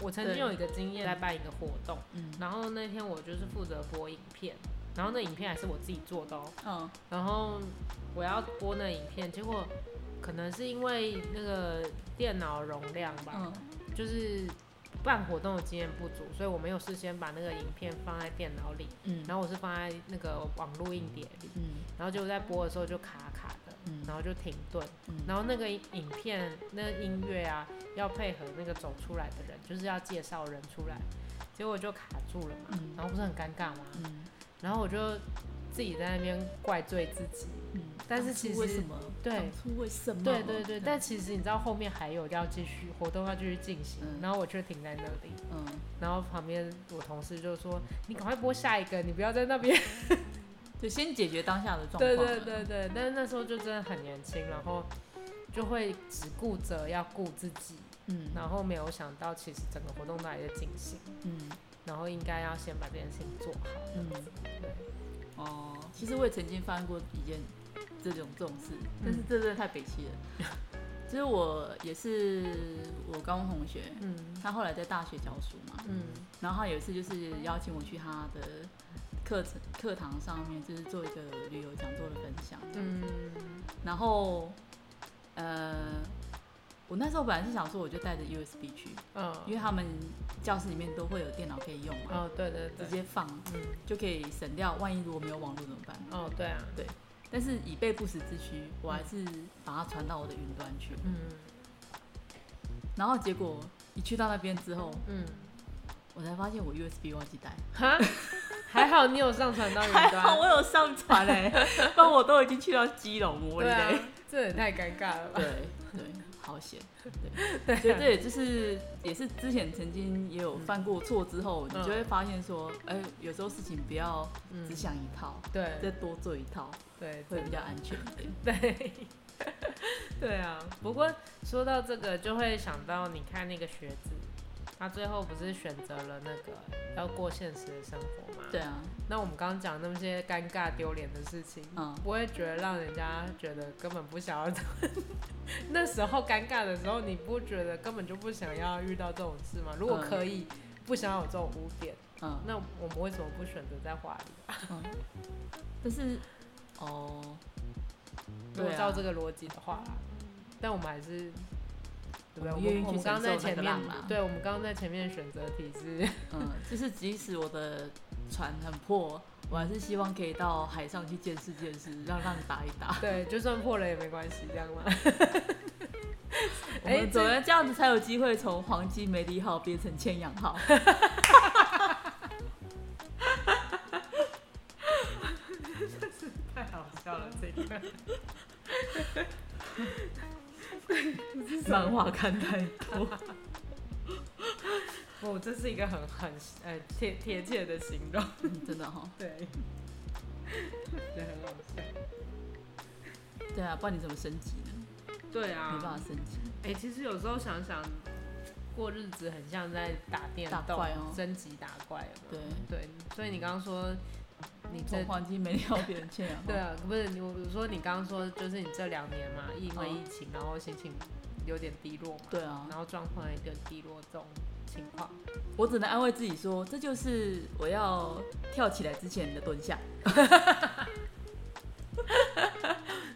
[SPEAKER 3] 我曾经
[SPEAKER 1] 对
[SPEAKER 3] 有一个经验，在办一个活动，
[SPEAKER 1] 嗯
[SPEAKER 3] 然后那天我就是负责播影片，然后那影片还是我自己做的哦，
[SPEAKER 1] 嗯
[SPEAKER 3] 然后我要播那影片，结果可能是因为那个电脑容量吧，
[SPEAKER 1] 嗯
[SPEAKER 3] 就是办活动的经验不足，所以我没有事先把那个影片放在电脑里，
[SPEAKER 1] 嗯
[SPEAKER 3] 然后我是放在那个网络硬碟里，
[SPEAKER 1] 嗯
[SPEAKER 3] 然后结果在播的时候就卡卡的，
[SPEAKER 1] 嗯
[SPEAKER 3] 然后就停顿，
[SPEAKER 1] 嗯
[SPEAKER 3] 然后那个影片那个音乐啊，要配合那个走出来的人，就是要介绍人出来，结果就卡住了嘛，
[SPEAKER 1] 嗯
[SPEAKER 3] 然后不是很尴尬吗？
[SPEAKER 1] 嗯
[SPEAKER 3] 然后我就自己在那边怪罪自己，
[SPEAKER 1] 嗯，
[SPEAKER 3] 但是
[SPEAKER 1] 当初
[SPEAKER 3] 其实
[SPEAKER 1] 为什么？
[SPEAKER 3] 对
[SPEAKER 1] 当初为什么？
[SPEAKER 3] 对对对，但其实你知道后面还有要继续活动要继续进行，
[SPEAKER 1] 嗯
[SPEAKER 3] 然后我却停在那里，
[SPEAKER 1] 嗯，
[SPEAKER 3] 然后旁边我同事就说：“你赶快播下一个，你不要在那边。
[SPEAKER 1] 就先解决当下的”状况。啊
[SPEAKER 3] 对对对对，但是那时候就真的很年轻，然后就会只顾着要顾自己，
[SPEAKER 1] 嗯
[SPEAKER 3] 然后没有想到其实整个活动都还在进行，
[SPEAKER 1] 嗯
[SPEAKER 3] 然后应该要先把这件事情做好。
[SPEAKER 1] 嗯，
[SPEAKER 3] 对，
[SPEAKER 1] 哦，其实我也曾经发生过一件这种这种事，
[SPEAKER 3] 嗯
[SPEAKER 1] 但是这真的太北气了。就是我也是我高中同学，
[SPEAKER 3] 嗯
[SPEAKER 1] 他后来在大学教书嘛，
[SPEAKER 3] 嗯
[SPEAKER 1] 然后他有一次就是邀请我去他的课程课堂上面，就是做一个旅游讲座的分享这样。
[SPEAKER 3] 嗯
[SPEAKER 1] 然后，呃，我那时候本来是想说我就带着 USB 去，因
[SPEAKER 3] 嗯，
[SPEAKER 1] 为他们教室里面都会有电脑可以用嘛，
[SPEAKER 3] 哦对对
[SPEAKER 1] 直
[SPEAKER 3] 对，
[SPEAKER 1] 接放
[SPEAKER 3] 嗯
[SPEAKER 1] 就可以省掉。万一如果没有网络怎么办？
[SPEAKER 3] 哦对啊，
[SPEAKER 1] 但是以备不时之需，我还是把它传到我的云端去。
[SPEAKER 3] 嗯
[SPEAKER 1] 然后结果一去到那边之后，
[SPEAKER 3] 嗯，
[SPEAKER 1] 我才发现我 USB 忘记带，
[SPEAKER 3] 哈， 还好你有上传到云
[SPEAKER 1] 还好
[SPEAKER 3] 端，
[SPEAKER 1] 我有上传哎、不然我都已经去到基隆我
[SPEAKER 3] 对
[SPEAKER 1] 嘞。
[SPEAKER 3] 啊，这也太尴尬了吧？
[SPEAKER 1] 对对，好险！对，所以这也就是也是之前曾经也有犯过错之后，
[SPEAKER 3] 嗯
[SPEAKER 1] 你就会发现说，哎、有时候事情不要
[SPEAKER 3] 嗯
[SPEAKER 1] 只，想一套，
[SPEAKER 3] 对
[SPEAKER 1] 再多做一套
[SPEAKER 3] 对
[SPEAKER 1] 会比较安全一点。
[SPEAKER 3] 对，对啊。不过说到这个，就会想到你看那个学子，他最后不是选择了那个要过现实的生活嘛？
[SPEAKER 1] 对。啊，
[SPEAKER 3] 那我们刚刚讲那些尴尬丢脸的事情，
[SPEAKER 1] 嗯
[SPEAKER 3] 不会觉得让人家觉得根本不想要。 那时候尴尬的时候，你不觉得根本就不想要遇到这种事吗？如果
[SPEAKER 1] 嗯
[SPEAKER 3] 可以，不想要有这种污点，
[SPEAKER 1] 嗯。
[SPEAKER 3] 那我们为什么不选择在华里？
[SPEAKER 1] 但是，哦，
[SPEAKER 3] 如果
[SPEAKER 1] 对啊
[SPEAKER 3] 照这个逻辑的话啦，但我们还是对不对？
[SPEAKER 1] 我
[SPEAKER 3] 我
[SPEAKER 1] 们愿意
[SPEAKER 3] 们
[SPEAKER 1] 去
[SPEAKER 3] 我们刚刚在
[SPEAKER 1] 承
[SPEAKER 3] 前面
[SPEAKER 1] 受那个浪啊，
[SPEAKER 3] 对我们刚刚在前面选择题 是，。
[SPEAKER 1] 嗯，就是即使我的船很破，我还是希望可以到海上去见识见识，让浪打一打
[SPEAKER 3] 对，就算破了也没关系，这 样吗？
[SPEAKER 1] 我
[SPEAKER 3] 哎
[SPEAKER 1] 们
[SPEAKER 3] 这
[SPEAKER 1] 总要这样子才有机会从黄金梅里号变成千阳号。
[SPEAKER 3] 太好笑了，这个。
[SPEAKER 1] 漫画看太多，
[SPEAKER 3] 哦，这是一个很很呃贴贴切的形容，
[SPEAKER 1] 嗯真的哈、
[SPEAKER 3] 对，对，很好笑。
[SPEAKER 1] 对啊，不然你怎么升级呢？
[SPEAKER 3] 对
[SPEAKER 1] 没
[SPEAKER 3] 啊，
[SPEAKER 1] 办法升级。
[SPEAKER 3] 哎、其实有时候想想，过日子很像在打电
[SPEAKER 1] 打
[SPEAKER 3] 动，
[SPEAKER 1] 怪哦
[SPEAKER 3] 升级打怪有没有
[SPEAKER 1] 对，
[SPEAKER 3] 对，所以你刚刚说你这
[SPEAKER 1] 从黄金梅里号变成千阳号。
[SPEAKER 3] 对啊，不是你，我我说你刚刚说就是你这两年嘛，因为
[SPEAKER 1] 嗯
[SPEAKER 3] 疫情，然后心情有点低落嘛，
[SPEAKER 1] 对啊，
[SPEAKER 3] 然后状况有点低落这种情况，
[SPEAKER 1] 我只能安慰自己说，这就是我要跳起来之前的蹲下。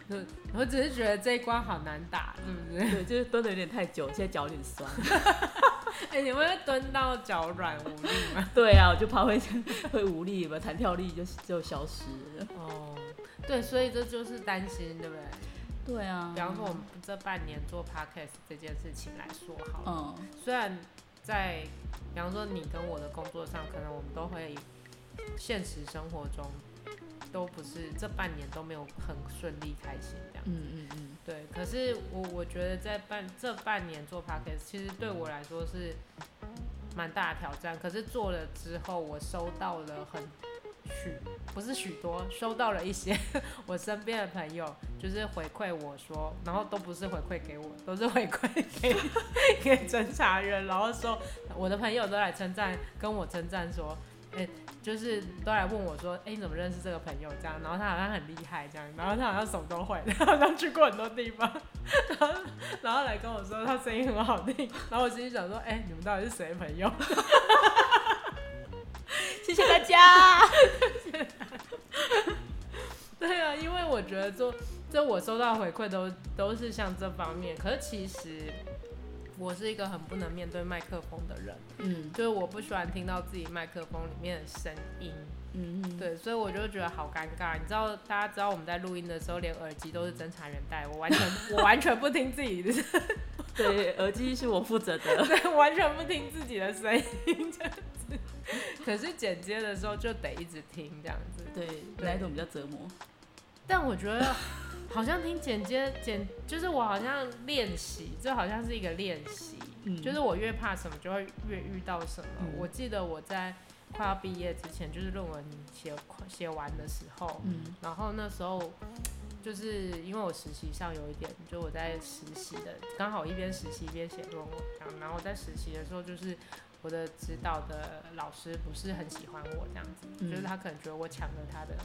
[SPEAKER 3] 对，我只是觉得这一关好难打，对不对？
[SPEAKER 1] 对，就是蹲的有点太久，现在脚有点酸。
[SPEAKER 3] 哎、你会蹲到脚软无 力吗？
[SPEAKER 1] 对啊，我就怕会 会无力吧，弹跳力就就消失了。
[SPEAKER 3] 哦，对，所以这就是担心，对不对？
[SPEAKER 1] 对啊
[SPEAKER 3] 比，方说我们这半年做 podcast 这件事情来说好了，
[SPEAKER 1] 嗯，
[SPEAKER 3] 虽然在比方说你跟我的工作上，可能我们都会现实生活中都不是这半年都没有很顺利开心这样。
[SPEAKER 1] 嗯嗯嗯，
[SPEAKER 3] 对，可是我我觉得在半这半年做 podcast，其实对我来说是蛮大的挑战。可是做了之后，我收到了很许不是许多，收到了一些我身边的朋友就是回馈我说，然后都不是回馈给我，都是回馈给给侦查员，然后说我的朋友都来称赞，跟我称赞说。哎、就是都来问我说，哎、你怎么认识这个朋友？这样，然后他好像很厉害，这样，然后他好像什么都会， 他好像去过很多地方， 然后然后来跟我说他声音很好听，然后我心里想说，哎、你们到底是谁的朋友？
[SPEAKER 1] 谢谢大 家。
[SPEAKER 3] 对啊，因为我觉得做这我收到回馈都都是像这方面，可是其实我是一个很不能面对麦克风的人，
[SPEAKER 1] 嗯
[SPEAKER 3] 就是我不喜欢听到自己麦克风里面的声音，
[SPEAKER 1] 嗯嗯，
[SPEAKER 3] 对，所以我就觉得好尴尬。你知道，大家知道我们在录音的时候，连耳机都是侦查员戴，我完全我完全不听自己的，
[SPEAKER 1] 对，耳机是我负责的。
[SPEAKER 3] 对，我 完全不听自己的声音这样子。可是剪接的时候就得一直听这样子，
[SPEAKER 1] 对，哪一种比较折磨？
[SPEAKER 3] 但我觉得好像听剪接剪，就是我好像练习，这好像是一个练习，
[SPEAKER 1] 嗯
[SPEAKER 3] 就是我越怕什么就会越遇到什么。
[SPEAKER 1] 嗯
[SPEAKER 3] 我记得我在快要毕业之前，就是论文写写完的时候，
[SPEAKER 1] 嗯
[SPEAKER 3] 然后那时候。就是因为我实习上有一点，就我在实习的，刚好一边实习一边写论文这样。然后我在实习的时候，就是我的指导的老师不是很喜欢我这样子，
[SPEAKER 1] 嗯
[SPEAKER 3] 就是他可能觉得我抢了他的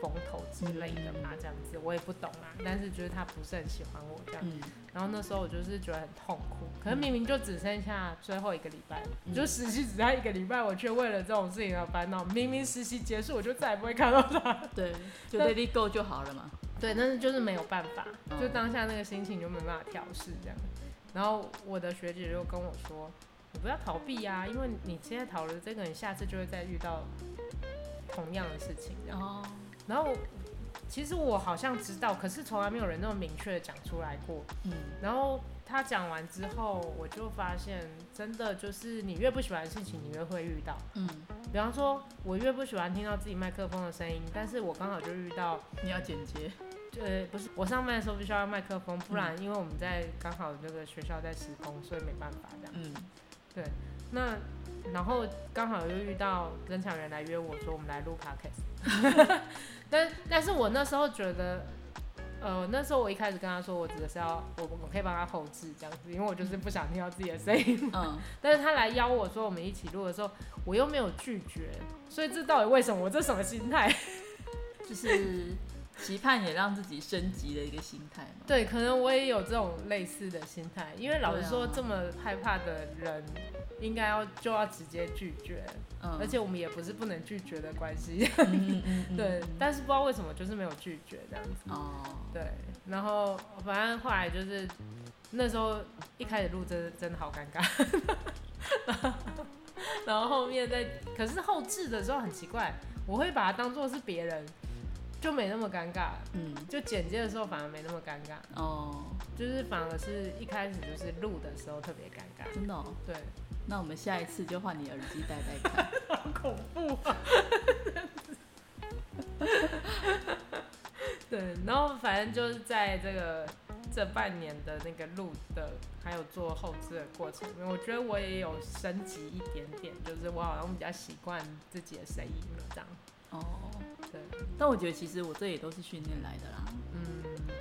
[SPEAKER 3] 风头之类的嘛，这样子我也不懂啊，但是就是他不是很喜欢我这样。
[SPEAKER 1] 嗯，
[SPEAKER 3] 然后那时候我就是觉得很痛苦，可是明明就只剩下最后一个礼拜，
[SPEAKER 1] 嗯
[SPEAKER 3] 就实习只剩下一个礼拜，我却为了这种事情而烦恼。明明实习结束，我就再也不会看到他。
[SPEAKER 1] 嗯对，就
[SPEAKER 3] 但
[SPEAKER 1] Let It Go 就好了嘛。
[SPEAKER 3] 对，但是就是没有办法，
[SPEAKER 1] 嗯
[SPEAKER 3] 就当下那个心情就没办法调试这样。然后我的学姐就跟我说：“你不要逃避啊，因为你现在逃了这个，你下次就会再遇到同样的事情。”这样。
[SPEAKER 1] 哦，
[SPEAKER 3] 然后其实我好像知道，可是从来没有人那么明确的讲出来过。
[SPEAKER 1] 嗯
[SPEAKER 3] 然后他讲完之后，我就发现，真的就是你越不喜欢的事情，你越会遇到。
[SPEAKER 1] 嗯，
[SPEAKER 3] 比方说，我越不喜欢听到自己麦克风的声音，但是我刚好就遇到，
[SPEAKER 1] 你要剪接。
[SPEAKER 3] 呃，不是，我上班的时候必须要用麦克风，不然因为我们在刚好这个学校在施工，所以没办法这样。
[SPEAKER 1] 嗯
[SPEAKER 3] 那然后刚好又遇到侦查员来约我说，我们来录 podcast。但但是我那时候觉得，呃，那时候我一开始跟他说，我只是要我我可以帮他后置这样子，因为我就是不想听到自己的声音。
[SPEAKER 1] 嗯，
[SPEAKER 3] 但是他来邀我说我们一起录的时候，我又没有拒绝，所以这到底为什么？我这什么心态？
[SPEAKER 1] 就是期盼也让自己升级的一个心态嘛。
[SPEAKER 3] 对，可能我也有这种类似的心态，因为老实说，
[SPEAKER 1] 对啊
[SPEAKER 3] 这么害怕的人，应该要就要直接拒绝，
[SPEAKER 1] 嗯，
[SPEAKER 3] 而且我们也不是不能拒绝的关 系。
[SPEAKER 1] 嗯，嗯嗯嗯，
[SPEAKER 3] 对，但是不知道为什么就是没有拒绝这样子。
[SPEAKER 1] 哦，
[SPEAKER 3] 对，然后反正后来就是那时候一开始录真的真的好尴尬， 然后后面再，可是后置的时候很奇怪，我会把它当做是别人，就没那么尴尬，
[SPEAKER 1] 嗯，
[SPEAKER 3] 就剪接的时候反而没那么尴尬，
[SPEAKER 1] 哦，
[SPEAKER 3] 就是反而是一开始就是录的时候特别尴尬。
[SPEAKER 1] 真的哦。
[SPEAKER 3] 对，
[SPEAKER 1] 那我们下一次就换你耳机戴戴看。
[SPEAKER 3] 好恐怖啊！ 对，然后反正就是在这个这半年的那个录的，还有做后置的过程，因为我觉得我也有升级一点点，就是我好像比较习惯自己的声音了，这样。
[SPEAKER 1] 哦，
[SPEAKER 3] 对，
[SPEAKER 1] 但我觉得其实我这也都是训练来的啦。
[SPEAKER 3] 嗯，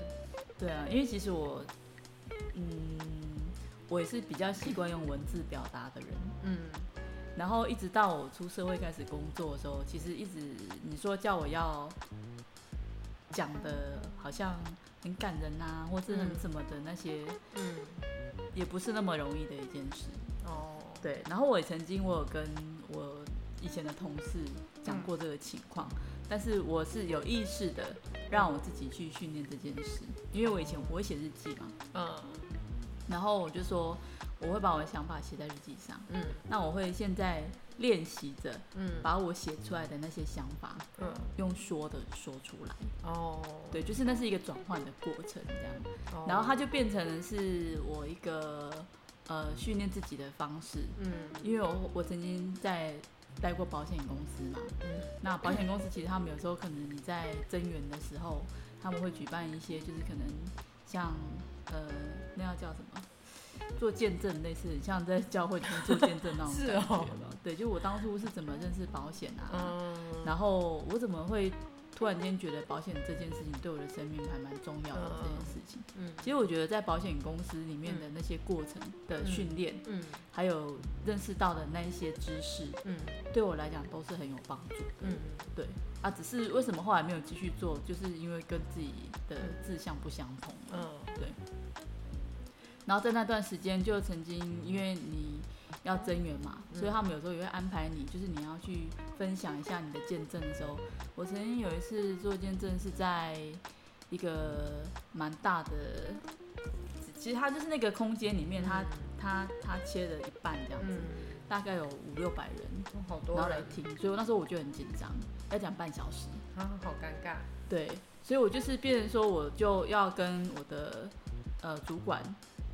[SPEAKER 1] 对啊，因为其实我，嗯，我也是比较习惯用文字表达的人。
[SPEAKER 3] 嗯，
[SPEAKER 1] 然后一直到我出社会开始工作的时候，其实一直你说叫我要讲的好像很感人啊，或是很
[SPEAKER 3] 嗯
[SPEAKER 1] 什么的那些，
[SPEAKER 3] 嗯，
[SPEAKER 1] 也不是那么容易的一件事。
[SPEAKER 3] 哦，
[SPEAKER 1] 对，然后我也曾经我有跟我以前的同事讲过这个情况，但是我是有意识的让我自己去训练这件事，因为我以前我会写日记嘛，
[SPEAKER 3] 嗯
[SPEAKER 1] 然后我就说我会把我的想法写在日记上，
[SPEAKER 3] 嗯
[SPEAKER 1] 那我会现在练习着
[SPEAKER 3] 嗯
[SPEAKER 1] 把我写出来的那些想法
[SPEAKER 3] 嗯，
[SPEAKER 1] 用说的说出来，
[SPEAKER 3] 哦，
[SPEAKER 1] 对，就是那是一个转换的过程这样，
[SPEAKER 3] 哦，
[SPEAKER 1] 然后它就变成了是我一个呃训练自己的方式，
[SPEAKER 3] 嗯
[SPEAKER 1] 因为我我曾经在待过保险公司嘛，
[SPEAKER 3] 嗯
[SPEAKER 1] 那保险公司其实他们有时候可能你在增援的时候，他们会举办一些就是可能像呃那要叫什么？做见证类似像在教会里面做见证那种
[SPEAKER 3] 是
[SPEAKER 1] 感觉
[SPEAKER 3] 哦
[SPEAKER 1] 吧对，就我当初是怎么认识保险啊，
[SPEAKER 3] 嗯
[SPEAKER 1] 然后我怎么会突然间觉得保险这件事情对我的生命还蛮重要的
[SPEAKER 3] 嗯
[SPEAKER 1] 这件事情。
[SPEAKER 3] 嗯
[SPEAKER 1] 其实我觉得在保险公司里面的那些过程的训练，
[SPEAKER 3] 嗯
[SPEAKER 1] 还有认识到的那一些知识，
[SPEAKER 3] 嗯
[SPEAKER 1] 对我来讲都是很有帮助的。
[SPEAKER 3] 嗯
[SPEAKER 1] 对啊，只是为什么后来没有继续做，就是因为跟自己的志向不相同嘛。
[SPEAKER 3] 嗯
[SPEAKER 1] 然后在那段时间就曾经，因为你要增援嘛，
[SPEAKER 3] 嗯
[SPEAKER 1] 所以他们有时候也会安排你，就是你要去分享一下你的见证的时候。我曾经有一次做见证是在一个蛮大的，其实它就是那个空间里面，它它它切了一半这样子，
[SPEAKER 3] 嗯，
[SPEAKER 1] 大概有五六百人，
[SPEAKER 3] 好
[SPEAKER 1] 然
[SPEAKER 3] 多
[SPEAKER 1] 后来
[SPEAKER 3] 人
[SPEAKER 1] 听，所以我那时候我就很紧张，要讲半小时。
[SPEAKER 3] 啊，好尴尬，
[SPEAKER 1] 对，所以我就是变成说，我就要跟我的呃主管，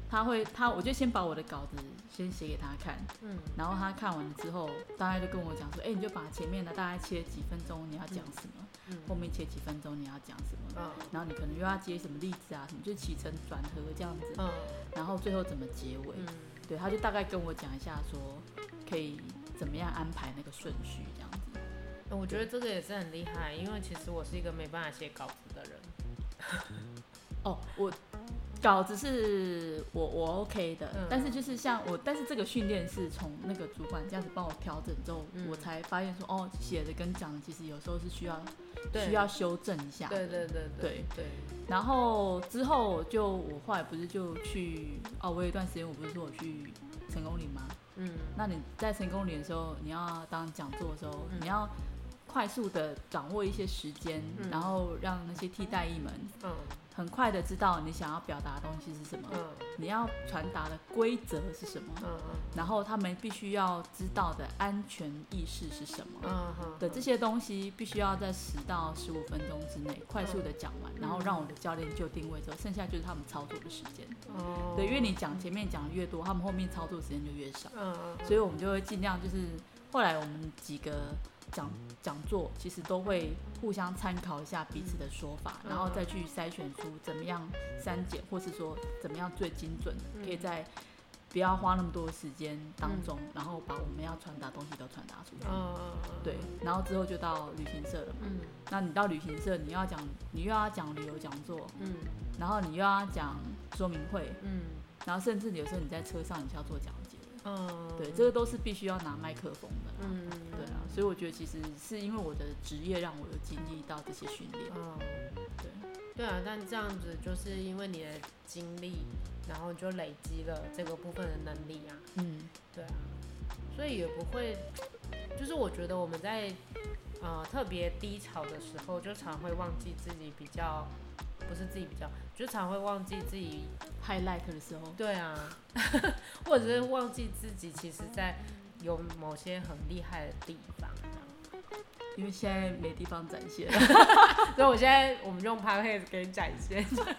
[SPEAKER 1] 他会他我就先把我的稿子先写给他看，
[SPEAKER 3] 嗯
[SPEAKER 1] 然后他看完了之后，大概就跟我讲说，哎、你就把前面的大概切几分钟你要讲什么，
[SPEAKER 3] 嗯
[SPEAKER 1] 后面切几分钟你要讲什么，
[SPEAKER 3] 嗯
[SPEAKER 1] 然后你可能又要接什么例子啊，什么就是起承转合这样子，
[SPEAKER 3] 嗯
[SPEAKER 1] 然后最后怎么结尾，
[SPEAKER 3] 嗯
[SPEAKER 1] 对，他就大概跟我讲一下说，可以怎么样安排那个顺序这样子。
[SPEAKER 3] 我觉得这个也是很厉害，因为其实我是一个没办法写稿子的人。
[SPEAKER 1] 哦，我稿子是我我 OK 的，
[SPEAKER 3] 嗯
[SPEAKER 1] 但是就是像我，但是这个训练是从那个主管这样子帮我调整之后，
[SPEAKER 3] 嗯
[SPEAKER 1] 我才发现说哦，写的跟讲的其实有时候是需要
[SPEAKER 3] 对
[SPEAKER 1] 需要修正一下的。
[SPEAKER 3] 对对对
[SPEAKER 1] 对
[SPEAKER 3] 对，
[SPEAKER 1] 然后之后就我后来不是就去哦，我有一段时间我不是说我去成功岭吗？
[SPEAKER 3] 嗯
[SPEAKER 1] 那你在成功岭的时候，你要当讲座的时候，
[SPEAKER 3] 嗯
[SPEAKER 1] 你要快速的掌握一些时间，
[SPEAKER 3] 嗯
[SPEAKER 1] 然后让那些替代役们
[SPEAKER 3] 嗯
[SPEAKER 1] 很快的知道你想要表达的东西是什么，
[SPEAKER 3] 嗯
[SPEAKER 1] 你要传达的规则是什么，
[SPEAKER 3] 嗯
[SPEAKER 1] 然后他们必须要知道的安全意识是什么。
[SPEAKER 3] 嗯嗯，
[SPEAKER 1] 的这些东西必须要在十到十五分钟之内快速的讲完，然后让我的教练就定位之后，剩下就是他们操作的时间。
[SPEAKER 3] 哦
[SPEAKER 1] 对，因为你讲前面讲的越多，他们后面操作的时间就越少，
[SPEAKER 3] 嗯
[SPEAKER 1] 所以我们就会尽量就是后来我们几个讲讲座其实都会互相参考一下彼此的说法，
[SPEAKER 3] 嗯
[SPEAKER 1] 然后再去筛选出怎么样删减，或是说怎么样最精准，
[SPEAKER 3] 嗯
[SPEAKER 1] 可以在不要花那么多时间当中，然后把我们要传达的东西都传达出去。
[SPEAKER 3] 嗯
[SPEAKER 1] 对，然后之后就到旅行社了嘛。
[SPEAKER 3] 嗯
[SPEAKER 1] 那你到旅行社，你要讲，你又要讲旅游讲座，
[SPEAKER 3] 嗯
[SPEAKER 1] 然后你又要讲说明会，
[SPEAKER 3] 嗯
[SPEAKER 1] 然后甚至有时候你在车上你是要做讲解的，
[SPEAKER 3] 嗯，
[SPEAKER 1] 对，这个都是必须要拿麦克风的啦。
[SPEAKER 3] 嗯
[SPEAKER 1] 对啊，所以我觉得其实是因为我的职业让我有经历到这些训练，
[SPEAKER 3] 嗯。
[SPEAKER 1] 对，
[SPEAKER 3] 对啊，但这样子就是因为你的经历，然后就累积了这个部分的能力啊，
[SPEAKER 1] 嗯，
[SPEAKER 3] 对啊，所以也不会，就是我觉得我们在呃特别低潮的时候，就常会忘记自己比较，不是自己比较，就常会忘记自己，
[SPEAKER 1] highlight 的时候，
[SPEAKER 3] 对啊， 或者是忘记自己其实在有某些很厉害的地方啊这样。
[SPEAKER 1] 因为现在没地方展现，
[SPEAKER 3] 所以我现在我们用 p o d c a s 给你展现。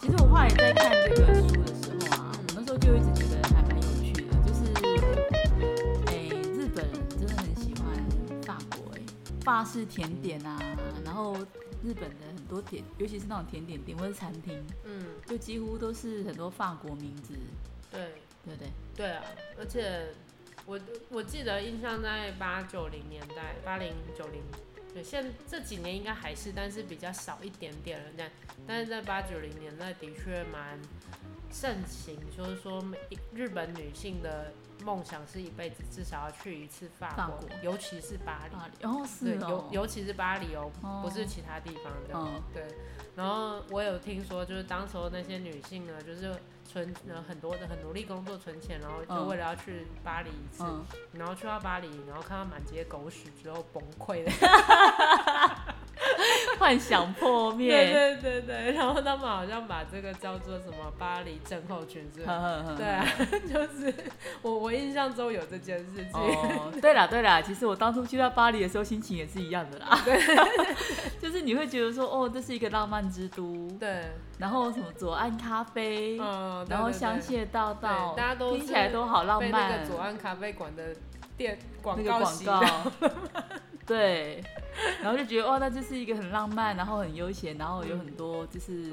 [SPEAKER 1] 其实我后来在看这个书的时候啊，我那时候就一直觉得还蛮有趣的，就是，诶，日本人真的很喜欢法国、诶，法式甜点啊，然后日本的很多点，尤其是那种甜点店或者餐厅，
[SPEAKER 3] 嗯，
[SPEAKER 1] 就几乎都是很多法国名字，
[SPEAKER 3] 对。
[SPEAKER 1] 对不对？
[SPEAKER 3] 对啊，而且我我记得印象在八九零年代，八零九零，对，现这几年应该还是，但是比较少一点点了。但但是在八九零年代的确蛮盛行，就是说每一日本女性的梦想是一辈子至少要去一次法国，
[SPEAKER 1] 法国
[SPEAKER 3] 尤其是巴黎。
[SPEAKER 1] 巴黎哦
[SPEAKER 3] 对，
[SPEAKER 1] 是
[SPEAKER 3] 尤
[SPEAKER 1] 哦，
[SPEAKER 3] 尤其是巴黎哦，
[SPEAKER 1] 哦
[SPEAKER 3] 不是其他地方的。
[SPEAKER 1] 嗯
[SPEAKER 3] 对，然后我有听说，就是当时候那些女性呢，就是存呃很多的很努力工作存钱，然后就
[SPEAKER 1] 嗯
[SPEAKER 3] 为了要去巴黎一次，
[SPEAKER 1] 嗯，
[SPEAKER 3] 然后去到巴黎，然后看到满街狗屎之后崩溃的。
[SPEAKER 1] 幻想破
[SPEAKER 3] 对
[SPEAKER 1] 灭，
[SPEAKER 3] 对对对，然后他们好像把这个叫做什么巴黎症候群之类的。对
[SPEAKER 1] 对
[SPEAKER 3] 啊， 就是我我印象中有这件事情。
[SPEAKER 1] 哦，对啦对啦，其实我当初去到巴黎的时候，心情也是一样的啦。对， 就是你会觉得说，哦，这是一个浪漫之都，
[SPEAKER 3] 对，
[SPEAKER 1] 然后什么左岸咖啡，
[SPEAKER 3] 嗯，
[SPEAKER 1] 然后
[SPEAKER 3] 对对对
[SPEAKER 1] 香榭道道，
[SPEAKER 3] 对大家都是
[SPEAKER 1] 听起来都好浪
[SPEAKER 3] 被那
[SPEAKER 1] 漫
[SPEAKER 3] 个，左岸咖啡馆的店广
[SPEAKER 1] 那个
[SPEAKER 3] 告
[SPEAKER 1] 广
[SPEAKER 3] 洗脑。
[SPEAKER 1] 告， 对，然后就觉得哦，那就是一个很浪漫，然后很悠闲，然后有很多就是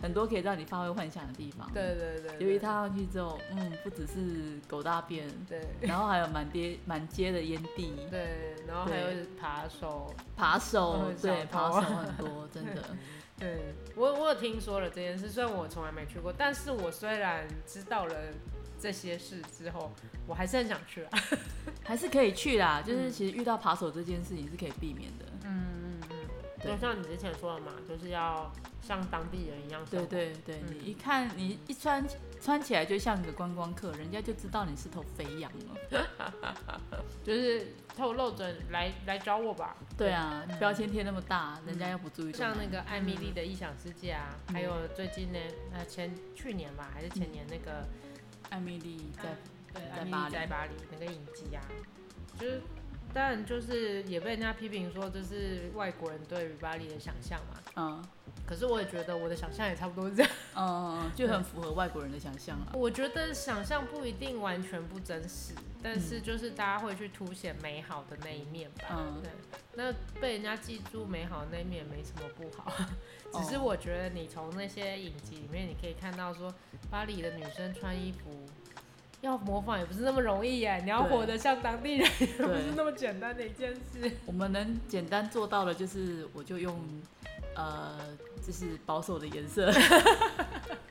[SPEAKER 1] 很多可以让你发挥幻想的地方。，
[SPEAKER 3] 嗯对对对，
[SPEAKER 1] 由于踏上去之后，嗯，不只是狗大便，
[SPEAKER 3] 对
[SPEAKER 1] 然后还有满街满街的烟蒂，
[SPEAKER 3] 对，然后还有扒手。
[SPEAKER 1] 扒手
[SPEAKER 3] 嗯，
[SPEAKER 1] 对，
[SPEAKER 3] 小偷
[SPEAKER 1] 扒手很 多，真的，
[SPEAKER 3] 对，我我有听说了这件事，虽然我从来没去过，但是我虽然知道了这些事之后，我还是很想去啊。
[SPEAKER 1] 还是可以去啦。就是其实遇到扒手这件事情是可以避免的，
[SPEAKER 3] 嗯嗯嗯，
[SPEAKER 1] 对
[SPEAKER 3] 就像你之前说的嘛，就是要像当地人一样生
[SPEAKER 1] 对对
[SPEAKER 3] 活。
[SPEAKER 1] 对，
[SPEAKER 3] 嗯
[SPEAKER 1] 你一看你一穿穿起来就像个观光客，人家就知道你是头肥羊了。
[SPEAKER 3] 就是透露着来来找我吧。
[SPEAKER 1] 对啊，标签贴那么大，人家又不注意多
[SPEAKER 3] 对，嗯像那
[SPEAKER 1] 看，
[SPEAKER 3] 个艾米丽的异想世界啊，
[SPEAKER 1] 嗯
[SPEAKER 3] 还有最近呢，呃前去年吧，还是前年那个
[SPEAKER 1] 艾米丽在
[SPEAKER 3] 对
[SPEAKER 1] 在
[SPEAKER 3] 艾米
[SPEAKER 1] 巴
[SPEAKER 3] 丽
[SPEAKER 1] 黎
[SPEAKER 3] 在巴黎那个影集啊，就是当然就是也被人家批评说这是外国人对于巴黎的想象嘛。
[SPEAKER 1] 嗯
[SPEAKER 3] 可是我也觉得我的想象也差不多是这样。
[SPEAKER 1] 嗯嗯，就很符合外国人的想象啊了。
[SPEAKER 3] 我觉得想象不一定完全不真实，但是就是大家会去凸显美好的那一面吧。
[SPEAKER 1] 嗯
[SPEAKER 3] 对，那被人家记住美好的那一面也没什么不 好，
[SPEAKER 1] 哦
[SPEAKER 3] 只是我觉得你从那些影集里面，你可以看到说巴黎的女生穿衣服。要模仿也不是那么容易耶，你要
[SPEAKER 1] 对
[SPEAKER 3] 活得像当地人也不是
[SPEAKER 1] 对
[SPEAKER 3] 那么简单的一件事。
[SPEAKER 1] 我们能简单做到的就是，我就用呃，就是保守的颜色。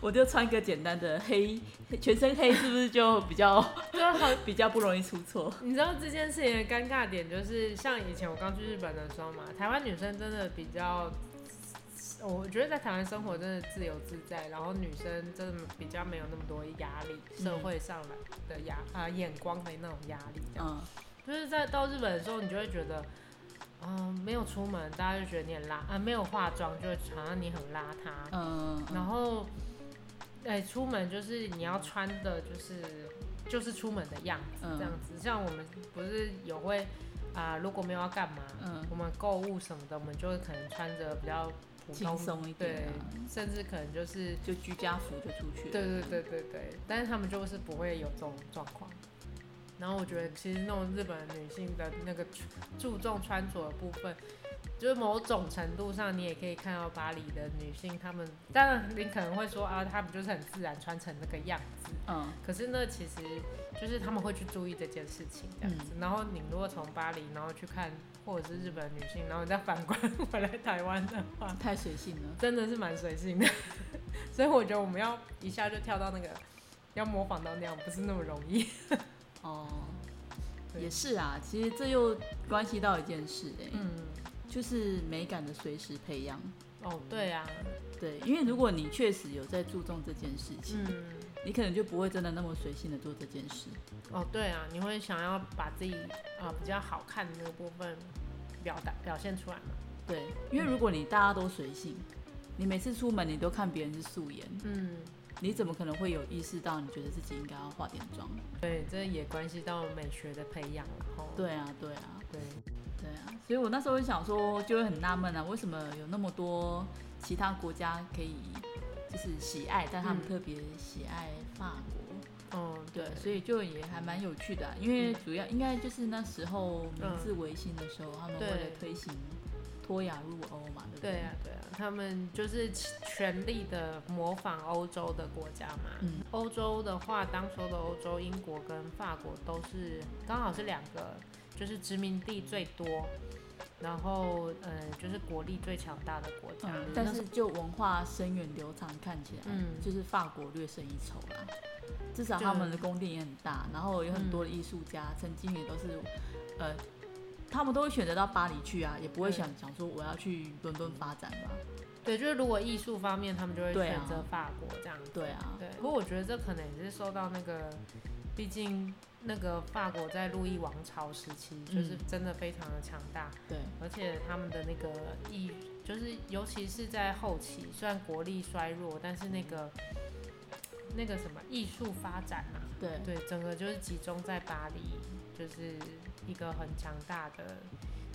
[SPEAKER 1] 我就穿个简单的黑，全身黑是不是就比较
[SPEAKER 3] 就很，
[SPEAKER 1] 比较不容易出错？
[SPEAKER 3] 你知道这件事情的尴尬点就是，像以前我刚去日本的时候嘛，台湾女生真的比较我觉得在台湾生活真的自由自在，然后女生真的比较没有那么多压力，社会上来的压啊、眼光的那种压力这样。
[SPEAKER 1] 嗯，
[SPEAKER 3] 就是在到日本的时候，你就会觉得，嗯、没有出门，大家就觉得你很邋啊、没有化妆就会好像你很邋遢，
[SPEAKER 1] 嗯，
[SPEAKER 3] 然后，哎、出门就是你要穿的就是就是出门的样子
[SPEAKER 1] 嗯
[SPEAKER 3] 这样子。像我们不是有会啊、如果没有要干嘛，
[SPEAKER 1] 嗯
[SPEAKER 3] 我们购物什么的，我们就会可能穿着比较普
[SPEAKER 1] 轻
[SPEAKER 3] 通
[SPEAKER 1] 松一
[SPEAKER 3] 对
[SPEAKER 1] 点、啊，，
[SPEAKER 3] 甚至可能就是，
[SPEAKER 1] 就居家服就出去了。
[SPEAKER 3] 对对对对对，但是他们就是不会有这种状况。然后我觉得，其实那种日本女性的那个注重穿着的部分，就是某种程度上，你也可以看到巴黎的女性，她们当然你可能会说啊，她们就是很自然穿成那个样子，
[SPEAKER 1] 嗯，
[SPEAKER 3] 可是呢，其实就是他们会去注意这件事情，这样
[SPEAKER 1] 嗯
[SPEAKER 3] 子。然后你如果从巴黎，然后去看，或者是日本女性，然后你再反观 回来台湾的话，
[SPEAKER 1] 太随性了。
[SPEAKER 3] 真的是蛮随性的。 所以我觉得我们要一下就跳到那个要模仿到那样，不是那么容易。
[SPEAKER 1] 哦，
[SPEAKER 3] 对
[SPEAKER 1] 也是啊，其实这又关系到一件事哎、
[SPEAKER 3] 嗯，
[SPEAKER 1] 就是美感的随时培养。
[SPEAKER 3] 哦，对啊，
[SPEAKER 1] 对，因为如果你确实有在注重这件事情，
[SPEAKER 3] 嗯，
[SPEAKER 1] 你可能就不会真的那么随性的做这件事。
[SPEAKER 3] 哦，对啊，你会想要把自己啊、呃比较好看的那个部分表达表现出来嘛？
[SPEAKER 1] 对，因为如果你大家都随性，你每次出门你都看别人是素颜，
[SPEAKER 3] 嗯，
[SPEAKER 1] 你怎么可能会有意识到你觉得自己应该要化点妆？
[SPEAKER 3] 对，这也关系到美学的培养了吼。
[SPEAKER 1] 对啊，对啊，
[SPEAKER 3] 对，
[SPEAKER 1] 对啊。所以我那时候就想说，就会很纳闷啊，为什么有那么多其他国家可以就是喜爱，但他们
[SPEAKER 3] 嗯
[SPEAKER 1] 特别喜爱法国？
[SPEAKER 3] 哦，
[SPEAKER 1] 对，所以就也还蛮有趣的啊、因
[SPEAKER 3] 嗯
[SPEAKER 1] 为主要应该就是那时候明治维新的时候，他们为了
[SPEAKER 3] 对
[SPEAKER 1] 推行脱亚入欧嘛，对不
[SPEAKER 3] 对啊，对啊，他们就是全力的模仿欧洲的国家嘛。
[SPEAKER 1] 嗯
[SPEAKER 3] 欧洲的话，当时候的欧洲，英国跟法国都是刚好是两个，就是殖民地最多，然后嗯，就是国力最强大的国家。
[SPEAKER 1] 嗯，但是就文化深远流长看起来，
[SPEAKER 3] 嗯
[SPEAKER 1] 就是法国略胜一筹啦。至少他们的宫殿也很大，然后有很多的艺术家、曾经也都是，呃，他们都会选择到巴黎去啊，也不会
[SPEAKER 3] 对
[SPEAKER 1] 想想说我要去伦敦发展吧。
[SPEAKER 3] 对，就是如果艺术方面，他们就会
[SPEAKER 1] 对
[SPEAKER 3] 选
[SPEAKER 1] 啊
[SPEAKER 3] 择法国这样子。
[SPEAKER 1] 对啊，
[SPEAKER 3] 对，不过我觉得这可能也是受到那个，毕竟那个法国在路易王朝时期就是
[SPEAKER 1] 嗯
[SPEAKER 3] 真的非常的强大，
[SPEAKER 1] 对，
[SPEAKER 3] 而且他们的那个艺，就是尤其是在后期，虽然国力衰弱，但是那个那个什么艺术发展啊，
[SPEAKER 1] 对，
[SPEAKER 3] 对，整个就是集中在巴黎，就是一个很强大的。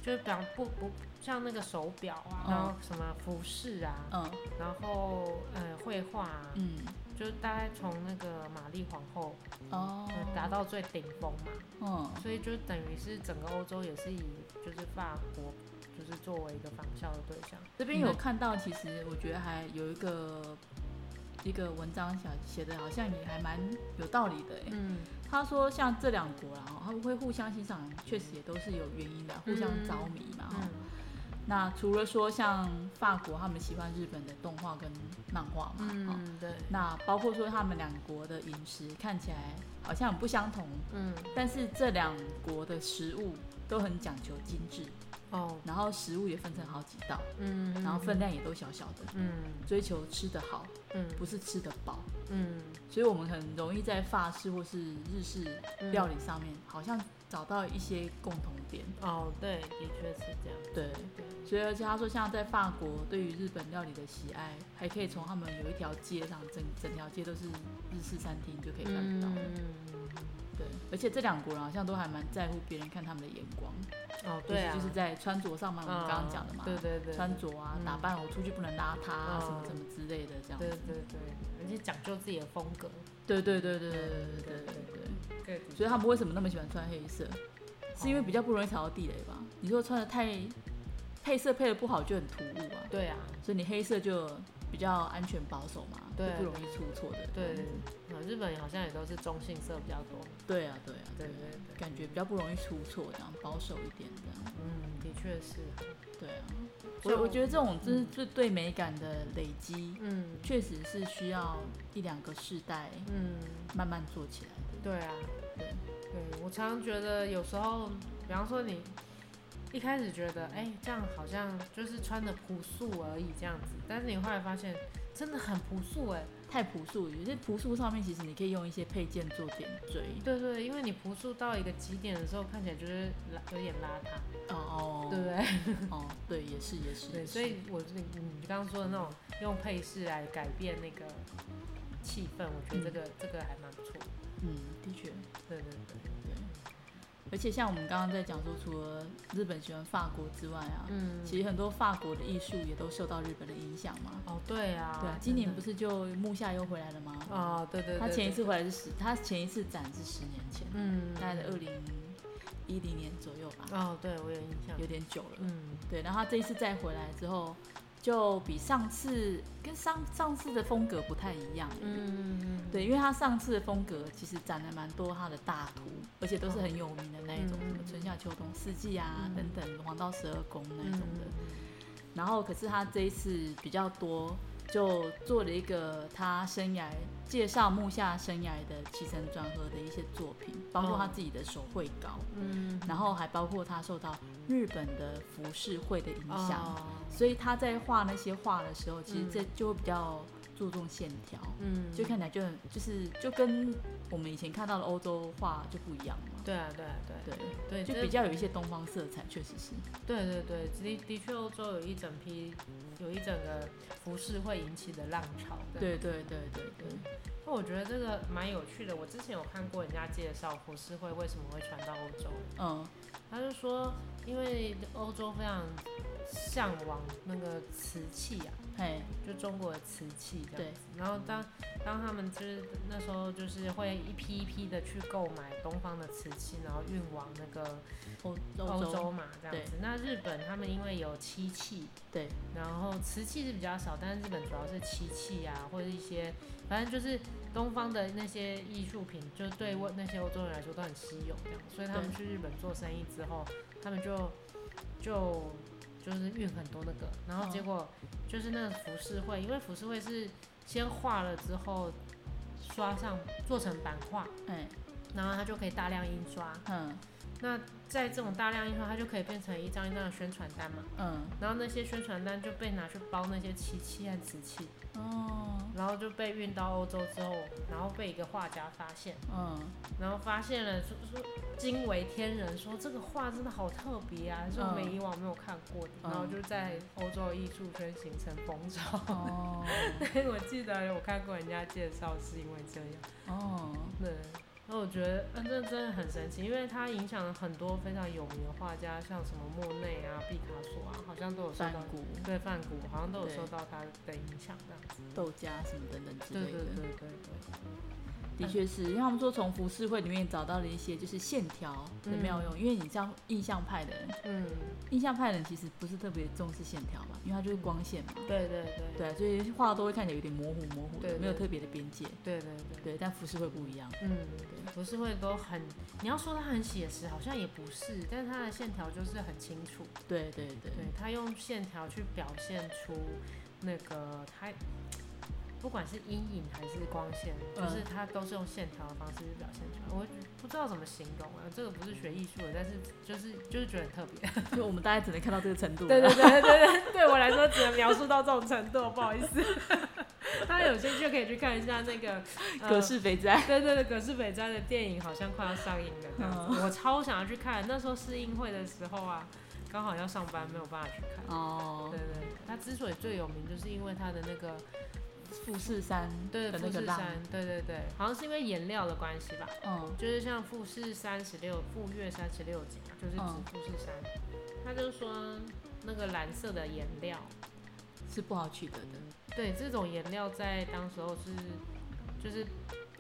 [SPEAKER 3] 就是比方不不像那个手表啊，
[SPEAKER 1] 嗯
[SPEAKER 3] 然后什么服饰啊，
[SPEAKER 1] 嗯
[SPEAKER 3] 然后呃绘画啊，
[SPEAKER 1] 嗯，
[SPEAKER 3] 就大概从那个玛丽皇后
[SPEAKER 1] 哦
[SPEAKER 3] 呃，达到最顶峰嘛，
[SPEAKER 1] 嗯，
[SPEAKER 3] 所以就等于是整个欧洲也是以就是法国就是作为一个仿效的对象。
[SPEAKER 1] 这边有看到，其实我觉得还有一个一个文章想写的，好像也还蛮有道理的欸
[SPEAKER 3] 嗯，
[SPEAKER 1] 他说像这两国啦，哦他们会互相欣赏，确实也都是有原因的，
[SPEAKER 3] 嗯
[SPEAKER 1] 互相着迷嘛。哦那除了说像法国，他们喜欢日本的动画跟漫画嘛，哦
[SPEAKER 3] 嗯，对，
[SPEAKER 1] 那包括说他们两国的饮食看起来好像很不相同，
[SPEAKER 3] 嗯，
[SPEAKER 1] 但是这两国的食物都很讲求精致，
[SPEAKER 3] 哦，
[SPEAKER 1] 然后食物也分成好几道，
[SPEAKER 3] 嗯，
[SPEAKER 1] 然后分，量也都小小的，
[SPEAKER 3] 嗯
[SPEAKER 1] 追求吃得好，
[SPEAKER 3] 嗯
[SPEAKER 1] 不是吃得饱。
[SPEAKER 3] 嗯，
[SPEAKER 1] 所以我们很容易在法式或是日式料理上面，好像找到一些共同点。
[SPEAKER 3] 哦，对，的确是这样。
[SPEAKER 1] 对，所以而且他说，像在法国，对于日本料理的喜爱，还可以从他们有一条街上，整整条街都是日式餐厅，就可以看得到。
[SPEAKER 3] 嗯
[SPEAKER 1] 对，而且这两国人好像都还蛮在乎别人看他们的眼光，
[SPEAKER 3] 哦，对啊，嗯
[SPEAKER 1] 就是就是在穿着上嘛，我们刚刚讲的嘛，
[SPEAKER 3] 对对对，
[SPEAKER 1] 穿着啊、
[SPEAKER 3] 嗯
[SPEAKER 1] 打扮，我出去不能邋遢啊，
[SPEAKER 3] 嗯
[SPEAKER 1] 什么什么之类的，这样。
[SPEAKER 3] 对对对，而且讲究自己的风格，
[SPEAKER 1] 对对对对对对对对对。
[SPEAKER 3] 对，
[SPEAKER 1] 所以他们为什么那么喜欢穿黑色？是因为比较不容易踩到地雷吧？你如果穿的太配色配的不好，就很突兀啊。
[SPEAKER 3] 对啊，
[SPEAKER 1] 所以你黑色就比较安全保守嘛，
[SPEAKER 3] 对
[SPEAKER 1] 就不容易出错的。
[SPEAKER 3] 对，呃日本好像也都是中性色比较多。
[SPEAKER 1] 对啊，对啊，
[SPEAKER 3] 对对对，
[SPEAKER 1] 感觉比较不容易出错，这样保守一点这样。
[SPEAKER 3] 嗯，的确是。
[SPEAKER 1] 对啊，
[SPEAKER 3] 所以
[SPEAKER 1] 我
[SPEAKER 3] 我
[SPEAKER 1] 我觉得这种就是对对美感的累积，
[SPEAKER 3] 嗯
[SPEAKER 1] 确实是需要一两个世代
[SPEAKER 3] 嗯，
[SPEAKER 1] 慢慢做起来的。
[SPEAKER 3] 对啊，
[SPEAKER 1] 对
[SPEAKER 3] 对我常常觉得有时候，比方说你一开始觉得，哎、这样好像就是穿的朴素而已这样子，但是你后来发现真的很朴素哎、
[SPEAKER 1] 太朴素，有些朴素上面其实你可以用一些配件做点缀。
[SPEAKER 3] 对对，因为你朴素到一个极点的时候，看起来就是邋有点邋遢，
[SPEAKER 1] 哦哦，
[SPEAKER 3] 对不对？
[SPEAKER 1] 哦，对，也是也是。
[SPEAKER 3] 嗯对，
[SPEAKER 1] 也是
[SPEAKER 3] 所以我你你刚刚说的那种用配饰来改变那个气氛，我觉得这个、这个还蛮不错的。
[SPEAKER 1] 嗯，的确，
[SPEAKER 3] 对对对，
[SPEAKER 1] 对。而且像我们刚刚在讲说，除了日本喜欢法国之外啊，
[SPEAKER 3] 嗯，
[SPEAKER 1] 其实很多法国的艺术也都受到日本的影响嘛。
[SPEAKER 3] 哦对啊，
[SPEAKER 1] 对啊，今年不
[SPEAKER 3] 是
[SPEAKER 1] 是就木下又回来了吗？
[SPEAKER 3] 啊、对对对，
[SPEAKER 1] 他前一
[SPEAKER 3] 对
[SPEAKER 1] 次回来是十，他前一次展是十年前，
[SPEAKER 3] 嗯
[SPEAKER 1] 大概在二零一零年左右吧，
[SPEAKER 3] 哦，对我有印象，
[SPEAKER 1] 有点久了。
[SPEAKER 3] 嗯
[SPEAKER 1] 对，然后他这一次再回来之后，就比上次跟上上次的风格不太一样。
[SPEAKER 3] 嗯嗯嗯，
[SPEAKER 1] 对，因为他上次的风格其实展了蛮多他的大图，而且都是很有名的那一种，
[SPEAKER 3] 嗯
[SPEAKER 1] 什么春夏秋冬四季啊、
[SPEAKER 3] 嗯
[SPEAKER 1] 等等，黄道十二宫那一
[SPEAKER 3] 嗯
[SPEAKER 1] 种的。然后可是他这一次比较多，就做了一个他生涯介绍木下生涯的起承转合的一些作品，包括他自己的手绘稿，
[SPEAKER 3] 嗯
[SPEAKER 1] 然后还包括他受到日本的服饰会的影响，
[SPEAKER 3] 哦
[SPEAKER 1] 所以他在画那些画的时候，其实
[SPEAKER 3] 嗯
[SPEAKER 1] 这就会比较注重线条。
[SPEAKER 3] 嗯，
[SPEAKER 1] 就看起来就很就是就跟我们以前看到的欧洲画就不一样嘛。
[SPEAKER 3] 对啊对啊对啊
[SPEAKER 1] 对，
[SPEAKER 3] 对，
[SPEAKER 1] 就
[SPEAKER 3] 这
[SPEAKER 1] 比较有一些东方色彩，确实是。
[SPEAKER 3] 对对对，的的确欧洲有一整批有一整个服饰会引起的浪潮，对
[SPEAKER 1] 对对对对对，
[SPEAKER 3] 那我觉得这个蛮有趣的。我之前有看过人家介绍服饰会为什么会传到欧洲，
[SPEAKER 1] 嗯
[SPEAKER 3] 他就说因为欧洲非常向往那个瓷器啊，
[SPEAKER 1] 嘿，
[SPEAKER 3] 就中国的瓷器这
[SPEAKER 1] 对
[SPEAKER 3] 样子。然后当当他们就是那时候就是会一批一批的去购买东方的瓷器，然后运往那个
[SPEAKER 1] 欧
[SPEAKER 3] 欧
[SPEAKER 1] 洲
[SPEAKER 3] 洲嘛这样子。那日本他们因为有漆器，
[SPEAKER 1] 对，
[SPEAKER 3] 然后瓷器是比较少，但是日本主要是漆器啊，或者一些反正就是东方的那些艺术品，就对我那些欧洲人来说都很稀有这样，所以他们
[SPEAKER 1] 对
[SPEAKER 3] 去日本做生意之后，他们就就就是运很多那个，然后
[SPEAKER 1] 嗯
[SPEAKER 3] 结果就是那个浮世绘，因为浮世绘是先画了之后刷上做成版画，
[SPEAKER 1] 哎，
[SPEAKER 3] 然后它就可以大量印刷，
[SPEAKER 1] 嗯
[SPEAKER 3] 那在这种大量印刷，它就可以变成一张一张的宣传单嘛。
[SPEAKER 1] 嗯，
[SPEAKER 3] 然后那些宣传单就被拿去包那些漆器和瓷器，
[SPEAKER 1] 哦，
[SPEAKER 3] 然后就被运到欧洲之后，然后被一个画家发现，
[SPEAKER 1] 嗯，
[SPEAKER 3] 然后发现了说说惊为天人，说这个画真的好特别啊，是我们
[SPEAKER 1] 嗯
[SPEAKER 3] 以往没有看过的，
[SPEAKER 1] 嗯
[SPEAKER 3] 然后就在欧洲艺术圈形成风潮。
[SPEAKER 1] 哦，
[SPEAKER 3] 我记得我看过人家介绍是因为这样，
[SPEAKER 1] 哦，
[SPEAKER 3] 对。那我觉得，嗯，这真的很神奇，因为它影响了很多非常有名的画家，像什么莫内啊、毕卡索啊， 好像都有受
[SPEAKER 1] 梵
[SPEAKER 3] 到
[SPEAKER 1] 谷、
[SPEAKER 3] 对梵谷好像都有
[SPEAKER 1] 对
[SPEAKER 3] 受到他的影响，这样子。
[SPEAKER 1] 豆荚什么等等之
[SPEAKER 3] 对
[SPEAKER 1] 类
[SPEAKER 3] 对
[SPEAKER 1] 的，
[SPEAKER 3] 对对对，
[SPEAKER 1] 的确是，因为他们说从浮世绘里面找到了一些就是线条的妙用，因为你像印象派的人，
[SPEAKER 3] 嗯，
[SPEAKER 1] 印象派的人其实不是特别重视线条嘛，因为它就是光线嘛，
[SPEAKER 3] 对对对
[SPEAKER 1] 对啊，所以画都会看起来有点模糊模糊
[SPEAKER 3] 对
[SPEAKER 1] 的，
[SPEAKER 3] 对
[SPEAKER 1] 没有特别的边界，
[SPEAKER 3] 对对对，
[SPEAKER 1] 对，但浮世绘不一样，
[SPEAKER 3] 嗯，不是会都很，你要说它很写实，好像也不是，但是它的线条就是很清楚，
[SPEAKER 1] 对对对，
[SPEAKER 3] 对，它用线条去表现出那个它。不管是阴影还是光线，就
[SPEAKER 1] 嗯
[SPEAKER 3] 是它都是用线条的方式去表现出来。我不知道怎么形容啊，这个不是学艺术的，但是就是就是觉得很特别。
[SPEAKER 1] 就我们大概只能看到这个程度
[SPEAKER 3] 对
[SPEAKER 1] 了，
[SPEAKER 3] 对对对对， 对我来说只能描述到这种程度，不好意思。 大家有兴趣可以去看一下那个呃
[SPEAKER 1] 格式肥宅，
[SPEAKER 3] 对对对，葛饰北斋的电影好像快要上映了，这样子，我超想要去看。那时候试映会的时候啊，刚好要上班，没有办法去看。
[SPEAKER 1] 哦
[SPEAKER 3] 对，对对，他之所以最有名，就是因为他的那个
[SPEAKER 1] 富士山
[SPEAKER 3] 对
[SPEAKER 1] 的
[SPEAKER 3] 富
[SPEAKER 1] 那个
[SPEAKER 3] 士
[SPEAKER 1] 浪，
[SPEAKER 3] 山，对对对，好像是因为颜料的关系吧，
[SPEAKER 1] 嗯
[SPEAKER 3] 就是像富士三十六、富岳三十六景，啊就是
[SPEAKER 1] 嗯
[SPEAKER 3] 指富士山。他就说那个蓝色的颜料，
[SPEAKER 1] 是不好取得的，
[SPEAKER 3] 对，这种颜料在当时候是就是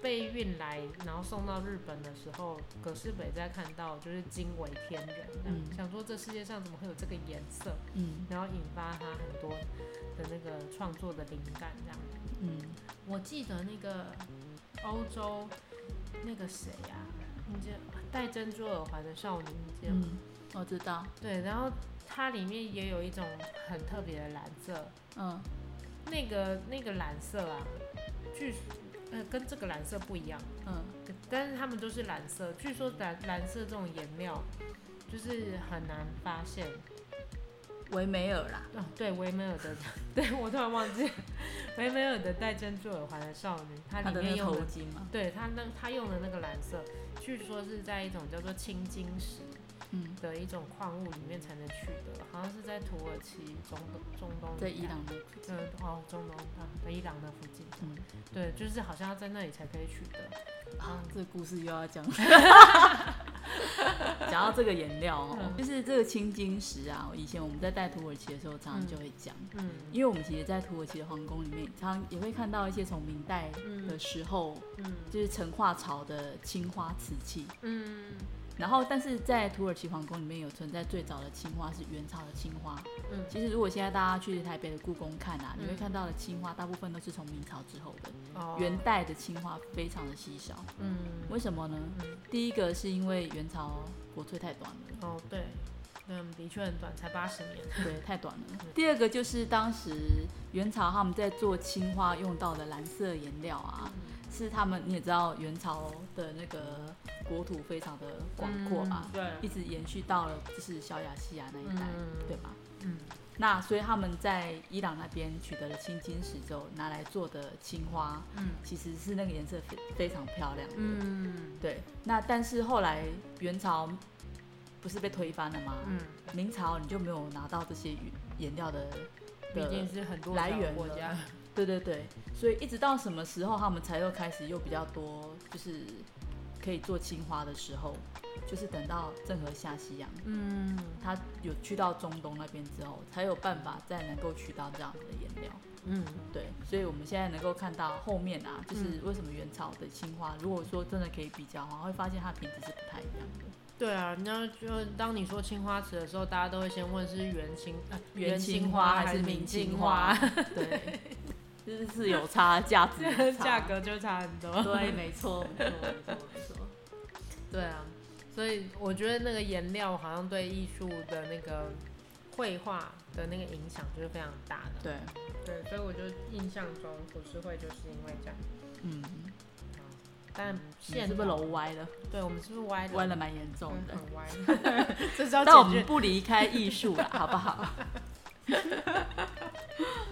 [SPEAKER 3] 被运来，然后送到日本的时候，葛饰北在看到就是惊为天人，
[SPEAKER 1] 嗯
[SPEAKER 3] 想说这世界上怎么会有这个颜色，
[SPEAKER 1] 嗯
[SPEAKER 3] 然后引发他很多的那个创作的灵感这样。
[SPEAKER 1] 嗯，
[SPEAKER 3] 我记得那个欧洲那个谁呀、你记得戴珍珠耳环的少女，你记得吗？
[SPEAKER 1] 嗯，我知道，
[SPEAKER 3] 对，然后它里面也有一种很特别的蓝色，
[SPEAKER 1] 嗯
[SPEAKER 3] 那个那个蓝色啊，据说呃跟这个蓝色不一样，
[SPEAKER 1] 嗯
[SPEAKER 3] 但是它们都是蓝色。据说蓝蓝色这种颜料就是很难发现。
[SPEAKER 1] 维梅尔啦，
[SPEAKER 3] 哦，对，维梅尔的， 对我突然忘记了维梅尔的戴珍珠耳环的少女，它
[SPEAKER 1] 他
[SPEAKER 3] 里
[SPEAKER 1] 的那
[SPEAKER 3] 面
[SPEAKER 1] 个
[SPEAKER 3] 用
[SPEAKER 1] 头
[SPEAKER 3] 的，
[SPEAKER 1] 巾嘛，
[SPEAKER 3] 对它那它用的那个蓝色，据说是在一种叫做青金石
[SPEAKER 1] 嗯，
[SPEAKER 3] 的一种矿物里面才能取得，好像是在土耳其中东中东一
[SPEAKER 1] 在
[SPEAKER 3] 带
[SPEAKER 1] 伊朗那附近
[SPEAKER 3] 嗯，哦，中东啊，在伊朗的附近，
[SPEAKER 1] 嗯
[SPEAKER 3] 对，就是好像要在那里才可以取得。
[SPEAKER 1] 啊， 这个故事又要讲。 讲到这个颜料哦
[SPEAKER 3] 嗯，
[SPEAKER 1] 就是这个青金石啊，以前我们在带土耳其的时候，常常就会讲，
[SPEAKER 3] 嗯
[SPEAKER 1] 因为我们其实，在土耳其的皇宫里面，常常也会看到一些从明代的时候，
[SPEAKER 3] 嗯
[SPEAKER 1] 就是成化朝的青花瓷器，
[SPEAKER 3] 嗯
[SPEAKER 1] 然后但是在土耳其皇宫里面有存在最早的青花是元朝的青花，
[SPEAKER 3] 嗯
[SPEAKER 1] 其实如果现在大家去台北的故宫看啊，
[SPEAKER 3] 嗯
[SPEAKER 1] 你会看到的青花大部分都是从明朝之后的，
[SPEAKER 3] 哦
[SPEAKER 1] 元代的青花非常的稀少，
[SPEAKER 3] 嗯
[SPEAKER 1] 为什么呢？
[SPEAKER 3] 嗯
[SPEAKER 1] 第一个是因为元朝国粹太短 了，
[SPEAKER 3] 哦对，嗯的确很短，才八十年。
[SPEAKER 1] 对，太短了。第二个就是当时元朝他们在做青花用到的蓝色颜料啊，是他们你也知道元朝的那个国土非常的广阔嘛，
[SPEAKER 3] 嗯对，
[SPEAKER 1] 一直延续到了就是小亚细亚那一带，
[SPEAKER 3] 嗯
[SPEAKER 1] 对吧？
[SPEAKER 3] 嗯
[SPEAKER 1] 那所以他们在伊朗那边取得了青金石之后，拿来做的青花，
[SPEAKER 3] 嗯
[SPEAKER 1] 其实是那个颜色非非常漂亮的。
[SPEAKER 3] 嗯
[SPEAKER 1] 对，那但是后来元朝不是被推翻了吗？
[SPEAKER 3] 嗯，
[SPEAKER 1] 明朝你就没有拿到这些原颜料的，
[SPEAKER 3] 毕
[SPEAKER 1] 的
[SPEAKER 3] 竟是很多
[SPEAKER 1] 来
[SPEAKER 3] 小
[SPEAKER 1] 源
[SPEAKER 3] 国
[SPEAKER 1] 了
[SPEAKER 3] 家，
[SPEAKER 1] 对对对，所以一直到什么时候他们才又开始又比较多，就是可以做青花的时候，就是等到郑和下西洋，
[SPEAKER 3] 嗯，
[SPEAKER 1] 他有去到中东那边之后，才有办法再能够取到这样子的颜料。
[SPEAKER 3] 嗯，
[SPEAKER 1] 对，所以我们现在能够看到后面啊，就是为什么元朝的青花，如果说真的可以比较的话，会发现它的品质是不太一样的。
[SPEAKER 3] 对啊，那就当你说青花瓷的时候，大家都会先问是元 青呃
[SPEAKER 1] 元
[SPEAKER 3] 青
[SPEAKER 1] 青
[SPEAKER 3] 花
[SPEAKER 1] 花
[SPEAKER 3] 还
[SPEAKER 1] 还
[SPEAKER 3] 是
[SPEAKER 1] 是
[SPEAKER 3] 明
[SPEAKER 1] 明
[SPEAKER 3] 青
[SPEAKER 1] 青
[SPEAKER 3] 花
[SPEAKER 1] 花，对，就是是有差 价值有差，
[SPEAKER 3] 价格就差很多。
[SPEAKER 1] 对，没错，没错，没错，没错。
[SPEAKER 3] 对啊，所以我觉得那个颜料好像对艺术的那个绘画的那个影响就是非常大的。
[SPEAKER 1] 对，
[SPEAKER 3] 对，所以我就印象中浮世绘就是因为这样。
[SPEAKER 1] 嗯，
[SPEAKER 3] 但
[SPEAKER 1] 你
[SPEAKER 3] 现
[SPEAKER 1] 是不是楼歪了？
[SPEAKER 3] 对我们是不是歪了？
[SPEAKER 1] 歪的蛮严重
[SPEAKER 3] 嗯
[SPEAKER 1] 的。
[SPEAKER 3] 很歪， 这是要
[SPEAKER 1] 嗯但我
[SPEAKER 3] 解
[SPEAKER 1] 们
[SPEAKER 3] 决。
[SPEAKER 1] 不离开艺术啦，好不 好？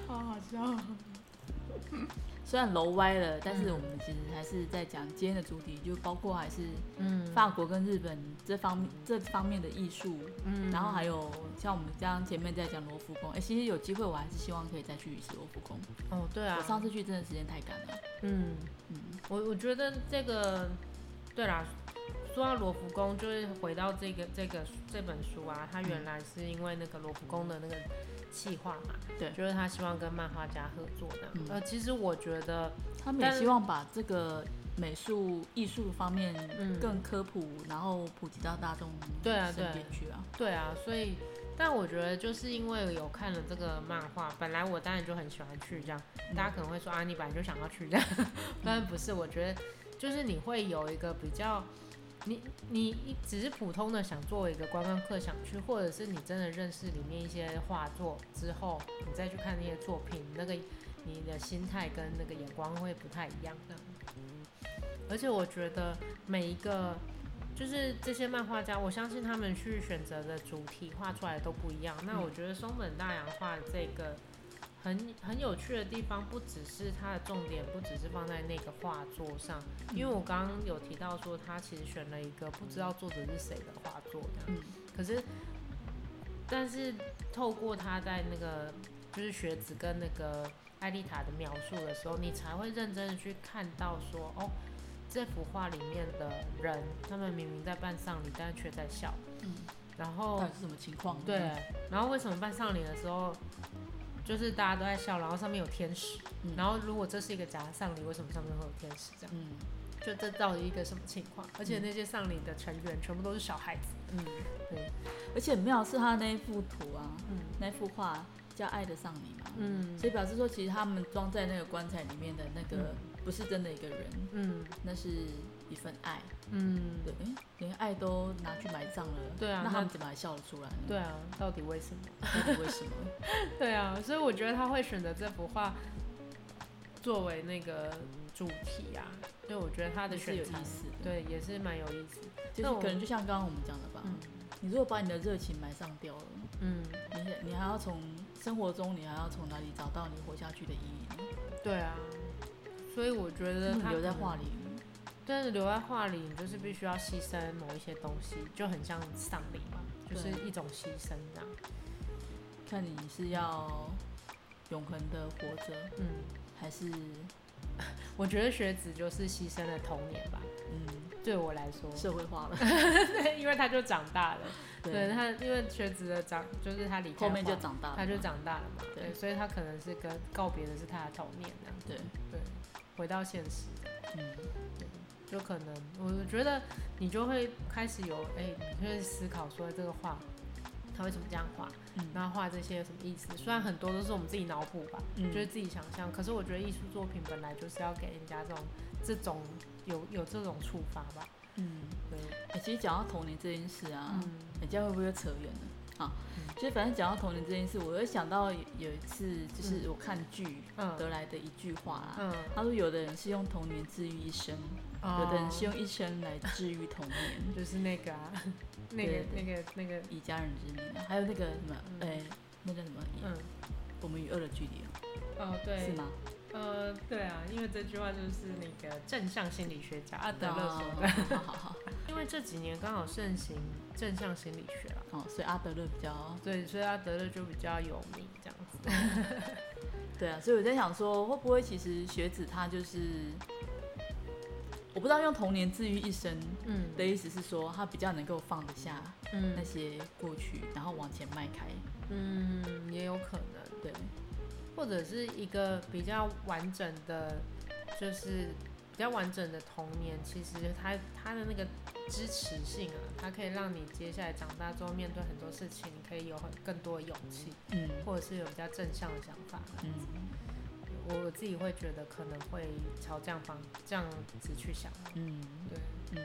[SPEAKER 3] 好好笑。
[SPEAKER 1] 虽然楼歪了，但是我们其实还是在讲今天的主题，就包括还是
[SPEAKER 3] 嗯，
[SPEAKER 1] 法国跟日本这方面这方面的艺术，
[SPEAKER 3] 嗯
[SPEAKER 1] 然后还有像我们刚刚前面在讲罗浮宫，哎、其实有机会我还是希望可以再去一次罗浮宫。
[SPEAKER 3] 哦，对啊
[SPEAKER 1] 我，上次去真的时间太赶了，
[SPEAKER 3] 嗯，
[SPEAKER 1] 嗯，
[SPEAKER 3] 我我觉得这个，对啦，说到罗浮宫，就是回到这个这个这本书啊，它
[SPEAKER 1] 嗯
[SPEAKER 3] 原来是因为那个罗浮宫的那个企划嘛，
[SPEAKER 1] 对
[SPEAKER 3] 就是他希望跟漫画家合作的。
[SPEAKER 1] 嗯
[SPEAKER 3] 呃，其实我觉得，
[SPEAKER 1] 他们
[SPEAKER 3] 但
[SPEAKER 1] 也希望把这个美术艺术方面
[SPEAKER 3] 嗯
[SPEAKER 1] 更科普，然后普及到大众
[SPEAKER 3] 对啊对
[SPEAKER 1] 身
[SPEAKER 3] 啊
[SPEAKER 1] 边去啊。
[SPEAKER 3] 对啊，所以，但我觉得就是因为有看了这个漫画，本来我当然就很喜欢去这样，大家可能会说啊，你本来就想要去这样， 但不是，我觉得就是你会有一个比较，你你一只是普通的想作为一个观光客想去，或者是你真的认识里面一些画作之后，你再去看那些作品，那个你的心态跟那个眼光会不太一样的。而且我觉得每一个就是这些漫画家，我相信他们去选择的主题画出来都不一样。那我觉得松本大洋画这个很很有趣的地方，不只是它的重点，不只是放在那个画作上，因为我刚刚有提到说，他其实选了一个不知道作者是谁的画作这样
[SPEAKER 1] 嗯，
[SPEAKER 3] 可是但是透过他在那个就是学子跟那个艾丽塔的描述的时候，你才会认真的去看到说哦。这幅画里面的人，他们明明在办丧礼，但却在笑。
[SPEAKER 1] 嗯，
[SPEAKER 3] 然后
[SPEAKER 1] 到底是什么情况？
[SPEAKER 3] 对，然后为什么办丧礼的时候，就是大家都在笑，然后上面有天使，
[SPEAKER 1] 嗯
[SPEAKER 3] 然后如果这是一个假的丧礼，为什么上面会有天使？这样
[SPEAKER 1] 嗯
[SPEAKER 3] 就这到底一个什么情况？而且那些丧礼的成员全部都是小孩子。
[SPEAKER 1] 嗯，
[SPEAKER 3] 对，
[SPEAKER 1] 而且很妙是他那一幅图啊，
[SPEAKER 3] 嗯
[SPEAKER 1] 那幅画叫《爱的上你》嘛，
[SPEAKER 3] 嗯
[SPEAKER 1] 所以表示说，其实他们装在那个棺材里面的那个不是真的一个人，
[SPEAKER 3] 嗯
[SPEAKER 1] 那是一份爱。
[SPEAKER 3] 嗯，
[SPEAKER 1] 对，诶连爱都拿去埋葬了，
[SPEAKER 3] 对啊
[SPEAKER 1] 那
[SPEAKER 3] 那
[SPEAKER 1] 他们怎么还笑得出来呢？
[SPEAKER 3] 对啊，到底为什么？
[SPEAKER 1] 到底为什么？
[SPEAKER 3] 对啊，所以我觉得他会选择这幅画作为那个主题啊，所以我觉得他
[SPEAKER 1] 他
[SPEAKER 3] 的
[SPEAKER 1] 是
[SPEAKER 3] 选
[SPEAKER 1] 有
[SPEAKER 3] 择
[SPEAKER 1] 意思的，，
[SPEAKER 3] 对也是蛮有意思的。
[SPEAKER 1] 就
[SPEAKER 3] 那
[SPEAKER 1] 是
[SPEAKER 3] 我
[SPEAKER 1] 可能就像刚刚我们讲的吧，
[SPEAKER 3] 嗯
[SPEAKER 1] 你如果把你的热情埋葬掉了，
[SPEAKER 3] 嗯，
[SPEAKER 1] 你你还要从生活中，你还要从哪里找到你活下去的意义呢？
[SPEAKER 3] 对啊，所以我觉得
[SPEAKER 1] 你
[SPEAKER 3] 他
[SPEAKER 1] 留在
[SPEAKER 3] 可能
[SPEAKER 1] 画里，
[SPEAKER 3] 但是留在画里，你就是必须要牺牲某一些东西，就很像丧礼嘛，就是
[SPEAKER 1] 对
[SPEAKER 3] 一种牺牲这样。
[SPEAKER 1] 看你是要永恒的活着，
[SPEAKER 3] 嗯，
[SPEAKER 1] 还是
[SPEAKER 3] 我觉得学子就是牺牲了童年吧，
[SPEAKER 1] 嗯
[SPEAKER 3] 对我来 说，
[SPEAKER 1] 社会化了？
[SPEAKER 3] 因为他就长大了。 对
[SPEAKER 1] 对，
[SPEAKER 3] 他，因为学子的长就是他离开
[SPEAKER 1] 后面就
[SPEAKER 3] 画，
[SPEAKER 1] 长大了，
[SPEAKER 3] 他就，长大了嘛，
[SPEAKER 1] 对
[SPEAKER 3] 对，所以他可能是跟告别的是他的童年这样。
[SPEAKER 1] 对，
[SPEAKER 3] 对，回到现实，
[SPEAKER 1] 嗯，
[SPEAKER 3] 就可能我觉得你就会开始有哎、你就会思考说这个画他为什么这样画，
[SPEAKER 1] 嗯
[SPEAKER 3] 然后画这些有什么意思？虽然很多都是我们自己脑补吧，
[SPEAKER 1] 嗯
[SPEAKER 3] 就是自己想象，可是我觉得艺术作品本来就是要给人家这种这种有有这种触发吧。
[SPEAKER 1] 嗯，
[SPEAKER 3] 对，
[SPEAKER 1] 哎，其实讲到童年这件事啊，
[SPEAKER 3] 嗯
[SPEAKER 1] 你这样会不会又扯远了啊？就反正讲到童年这件事，我又想到有有一次，就是我看剧
[SPEAKER 3] 嗯
[SPEAKER 1] 得来的一句话啦。
[SPEAKER 3] 嗯，哦
[SPEAKER 1] 他说：“有的人是用童年治愈一生，有的人是用一生来治愈童年，
[SPEAKER 3] 就是那个 啊，那个
[SPEAKER 1] 对
[SPEAKER 3] 那
[SPEAKER 1] 对
[SPEAKER 3] 个那个，
[SPEAKER 1] 以家人之名啊。还有那个什么，
[SPEAKER 3] 嗯
[SPEAKER 1] 哎、那叫什么？
[SPEAKER 3] 嗯，
[SPEAKER 1] 我们与恶的距离啊、
[SPEAKER 3] 哦
[SPEAKER 1] 是
[SPEAKER 3] 对，
[SPEAKER 1] 吗？
[SPEAKER 3] 呃对啊，因为这句话就是那个正向心理学家阿德勒说的。
[SPEAKER 1] 啊好好好，
[SPEAKER 3] 因为这几年刚好盛行正向心理学啊，
[SPEAKER 1] 好，所以阿德勒比较
[SPEAKER 3] 对，所以阿德勒就比较有名这样子。
[SPEAKER 1] 对啊。所以我在想说，会不会其实学子他就是，我不知道用童年治愈一生
[SPEAKER 3] 嗯
[SPEAKER 1] 的意思是说，他比较能够放得下那
[SPEAKER 3] 嗯
[SPEAKER 1] 些过去，然后往前迈开。
[SPEAKER 3] 嗯，也有可能。
[SPEAKER 1] 对，
[SPEAKER 3] 或者是一个比较完整的，就是比较完整的童年，其实它它的那个支持性啊，它可以让你接下来长大之后面对很多事情，你可以有很更多的勇气，
[SPEAKER 1] 嗯
[SPEAKER 3] 或者是有比较正向的想法。啊
[SPEAKER 1] 嗯，
[SPEAKER 3] 我我自己会觉得可能会朝这样方这样子去想，啊
[SPEAKER 1] 嗯
[SPEAKER 3] 对。
[SPEAKER 1] 嗯，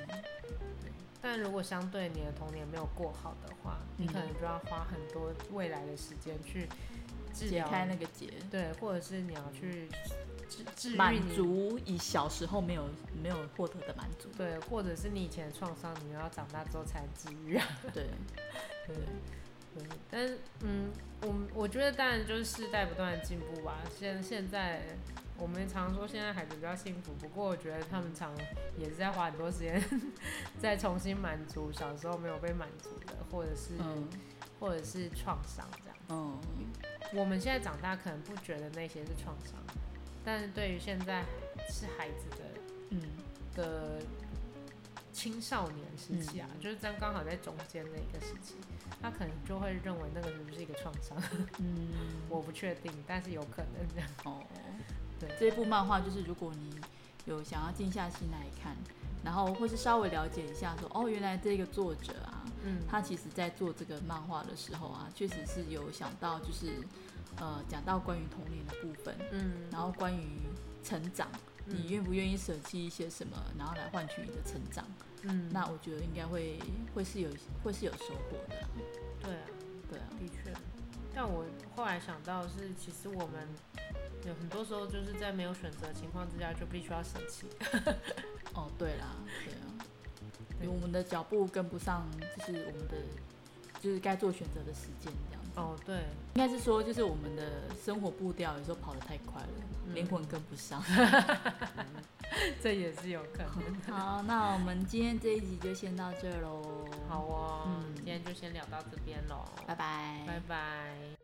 [SPEAKER 3] 但如果相对你的童年没有过好的话，你可
[SPEAKER 1] 嗯
[SPEAKER 3] 能就要花很多未来的时间去治
[SPEAKER 1] 解
[SPEAKER 3] 疗
[SPEAKER 1] 开那个结，
[SPEAKER 3] 对，或者是你要去治治
[SPEAKER 1] 满
[SPEAKER 3] 愈你
[SPEAKER 1] 足以小时候没有没有获得的满足。
[SPEAKER 3] 对，或者是你以前的创伤，你要长大之后才治愈啊。
[SPEAKER 1] 对，
[SPEAKER 3] 对，对但是嗯，我我觉得当然就是世代不断的进步吧。现现在我们常说现在孩子比较幸福，不过我觉得他们常也是在花很多时间 在重新满足小时候没有被满足的，或者是、
[SPEAKER 1] 嗯
[SPEAKER 3] 或者是创伤这样。
[SPEAKER 1] 嗯
[SPEAKER 3] 我们现在长大可能不觉得那些是创伤，但是对于现在是孩子的
[SPEAKER 1] 嗯
[SPEAKER 3] 的青少年时期啊，就是这样刚好在中间的一个时期，他可能就会认为那个是不是一个创伤，
[SPEAKER 1] 嗯，
[SPEAKER 3] 我不确定，但是有可能这样。
[SPEAKER 1] 哦，
[SPEAKER 3] 对
[SPEAKER 1] 这部漫画就是如果你有想要静下心来看，然后或是稍微了解一下说，哦，原来这个作者啊，
[SPEAKER 3] 嗯
[SPEAKER 1] 他其实在做这个漫画的时候啊，确实是有想到就是呃讲到关于童年的部分，
[SPEAKER 3] 嗯
[SPEAKER 1] 然后关于成长，
[SPEAKER 3] 嗯
[SPEAKER 1] 你愿不愿意舍弃一些什么，然后来换取你的成长？
[SPEAKER 3] 嗯
[SPEAKER 1] 那我觉得应该会会是有会是有收获的啦，
[SPEAKER 3] 对啊，
[SPEAKER 1] 对啊，
[SPEAKER 3] 的确。但我后来想到的是，其实我们有很多时候就是在没有选择的情况之下，就必须要舍弃。
[SPEAKER 1] 哦对啦，对啊，
[SPEAKER 3] 对
[SPEAKER 1] 因为我们的脚步跟不上，就是我们的就是该做选择的时间这样子。
[SPEAKER 3] 哦，对，
[SPEAKER 1] 应该是说就是我们的生活步调有时候跑得太快了，
[SPEAKER 3] 嗯
[SPEAKER 1] 灵魂跟不上。
[SPEAKER 3] 这也是有可能。
[SPEAKER 1] 好，那我们今天这一集就先到这喽，
[SPEAKER 3] 好，哦，
[SPEAKER 1] 嗯
[SPEAKER 3] 今天就先聊到这边喽，
[SPEAKER 1] 拜拜，
[SPEAKER 3] 拜拜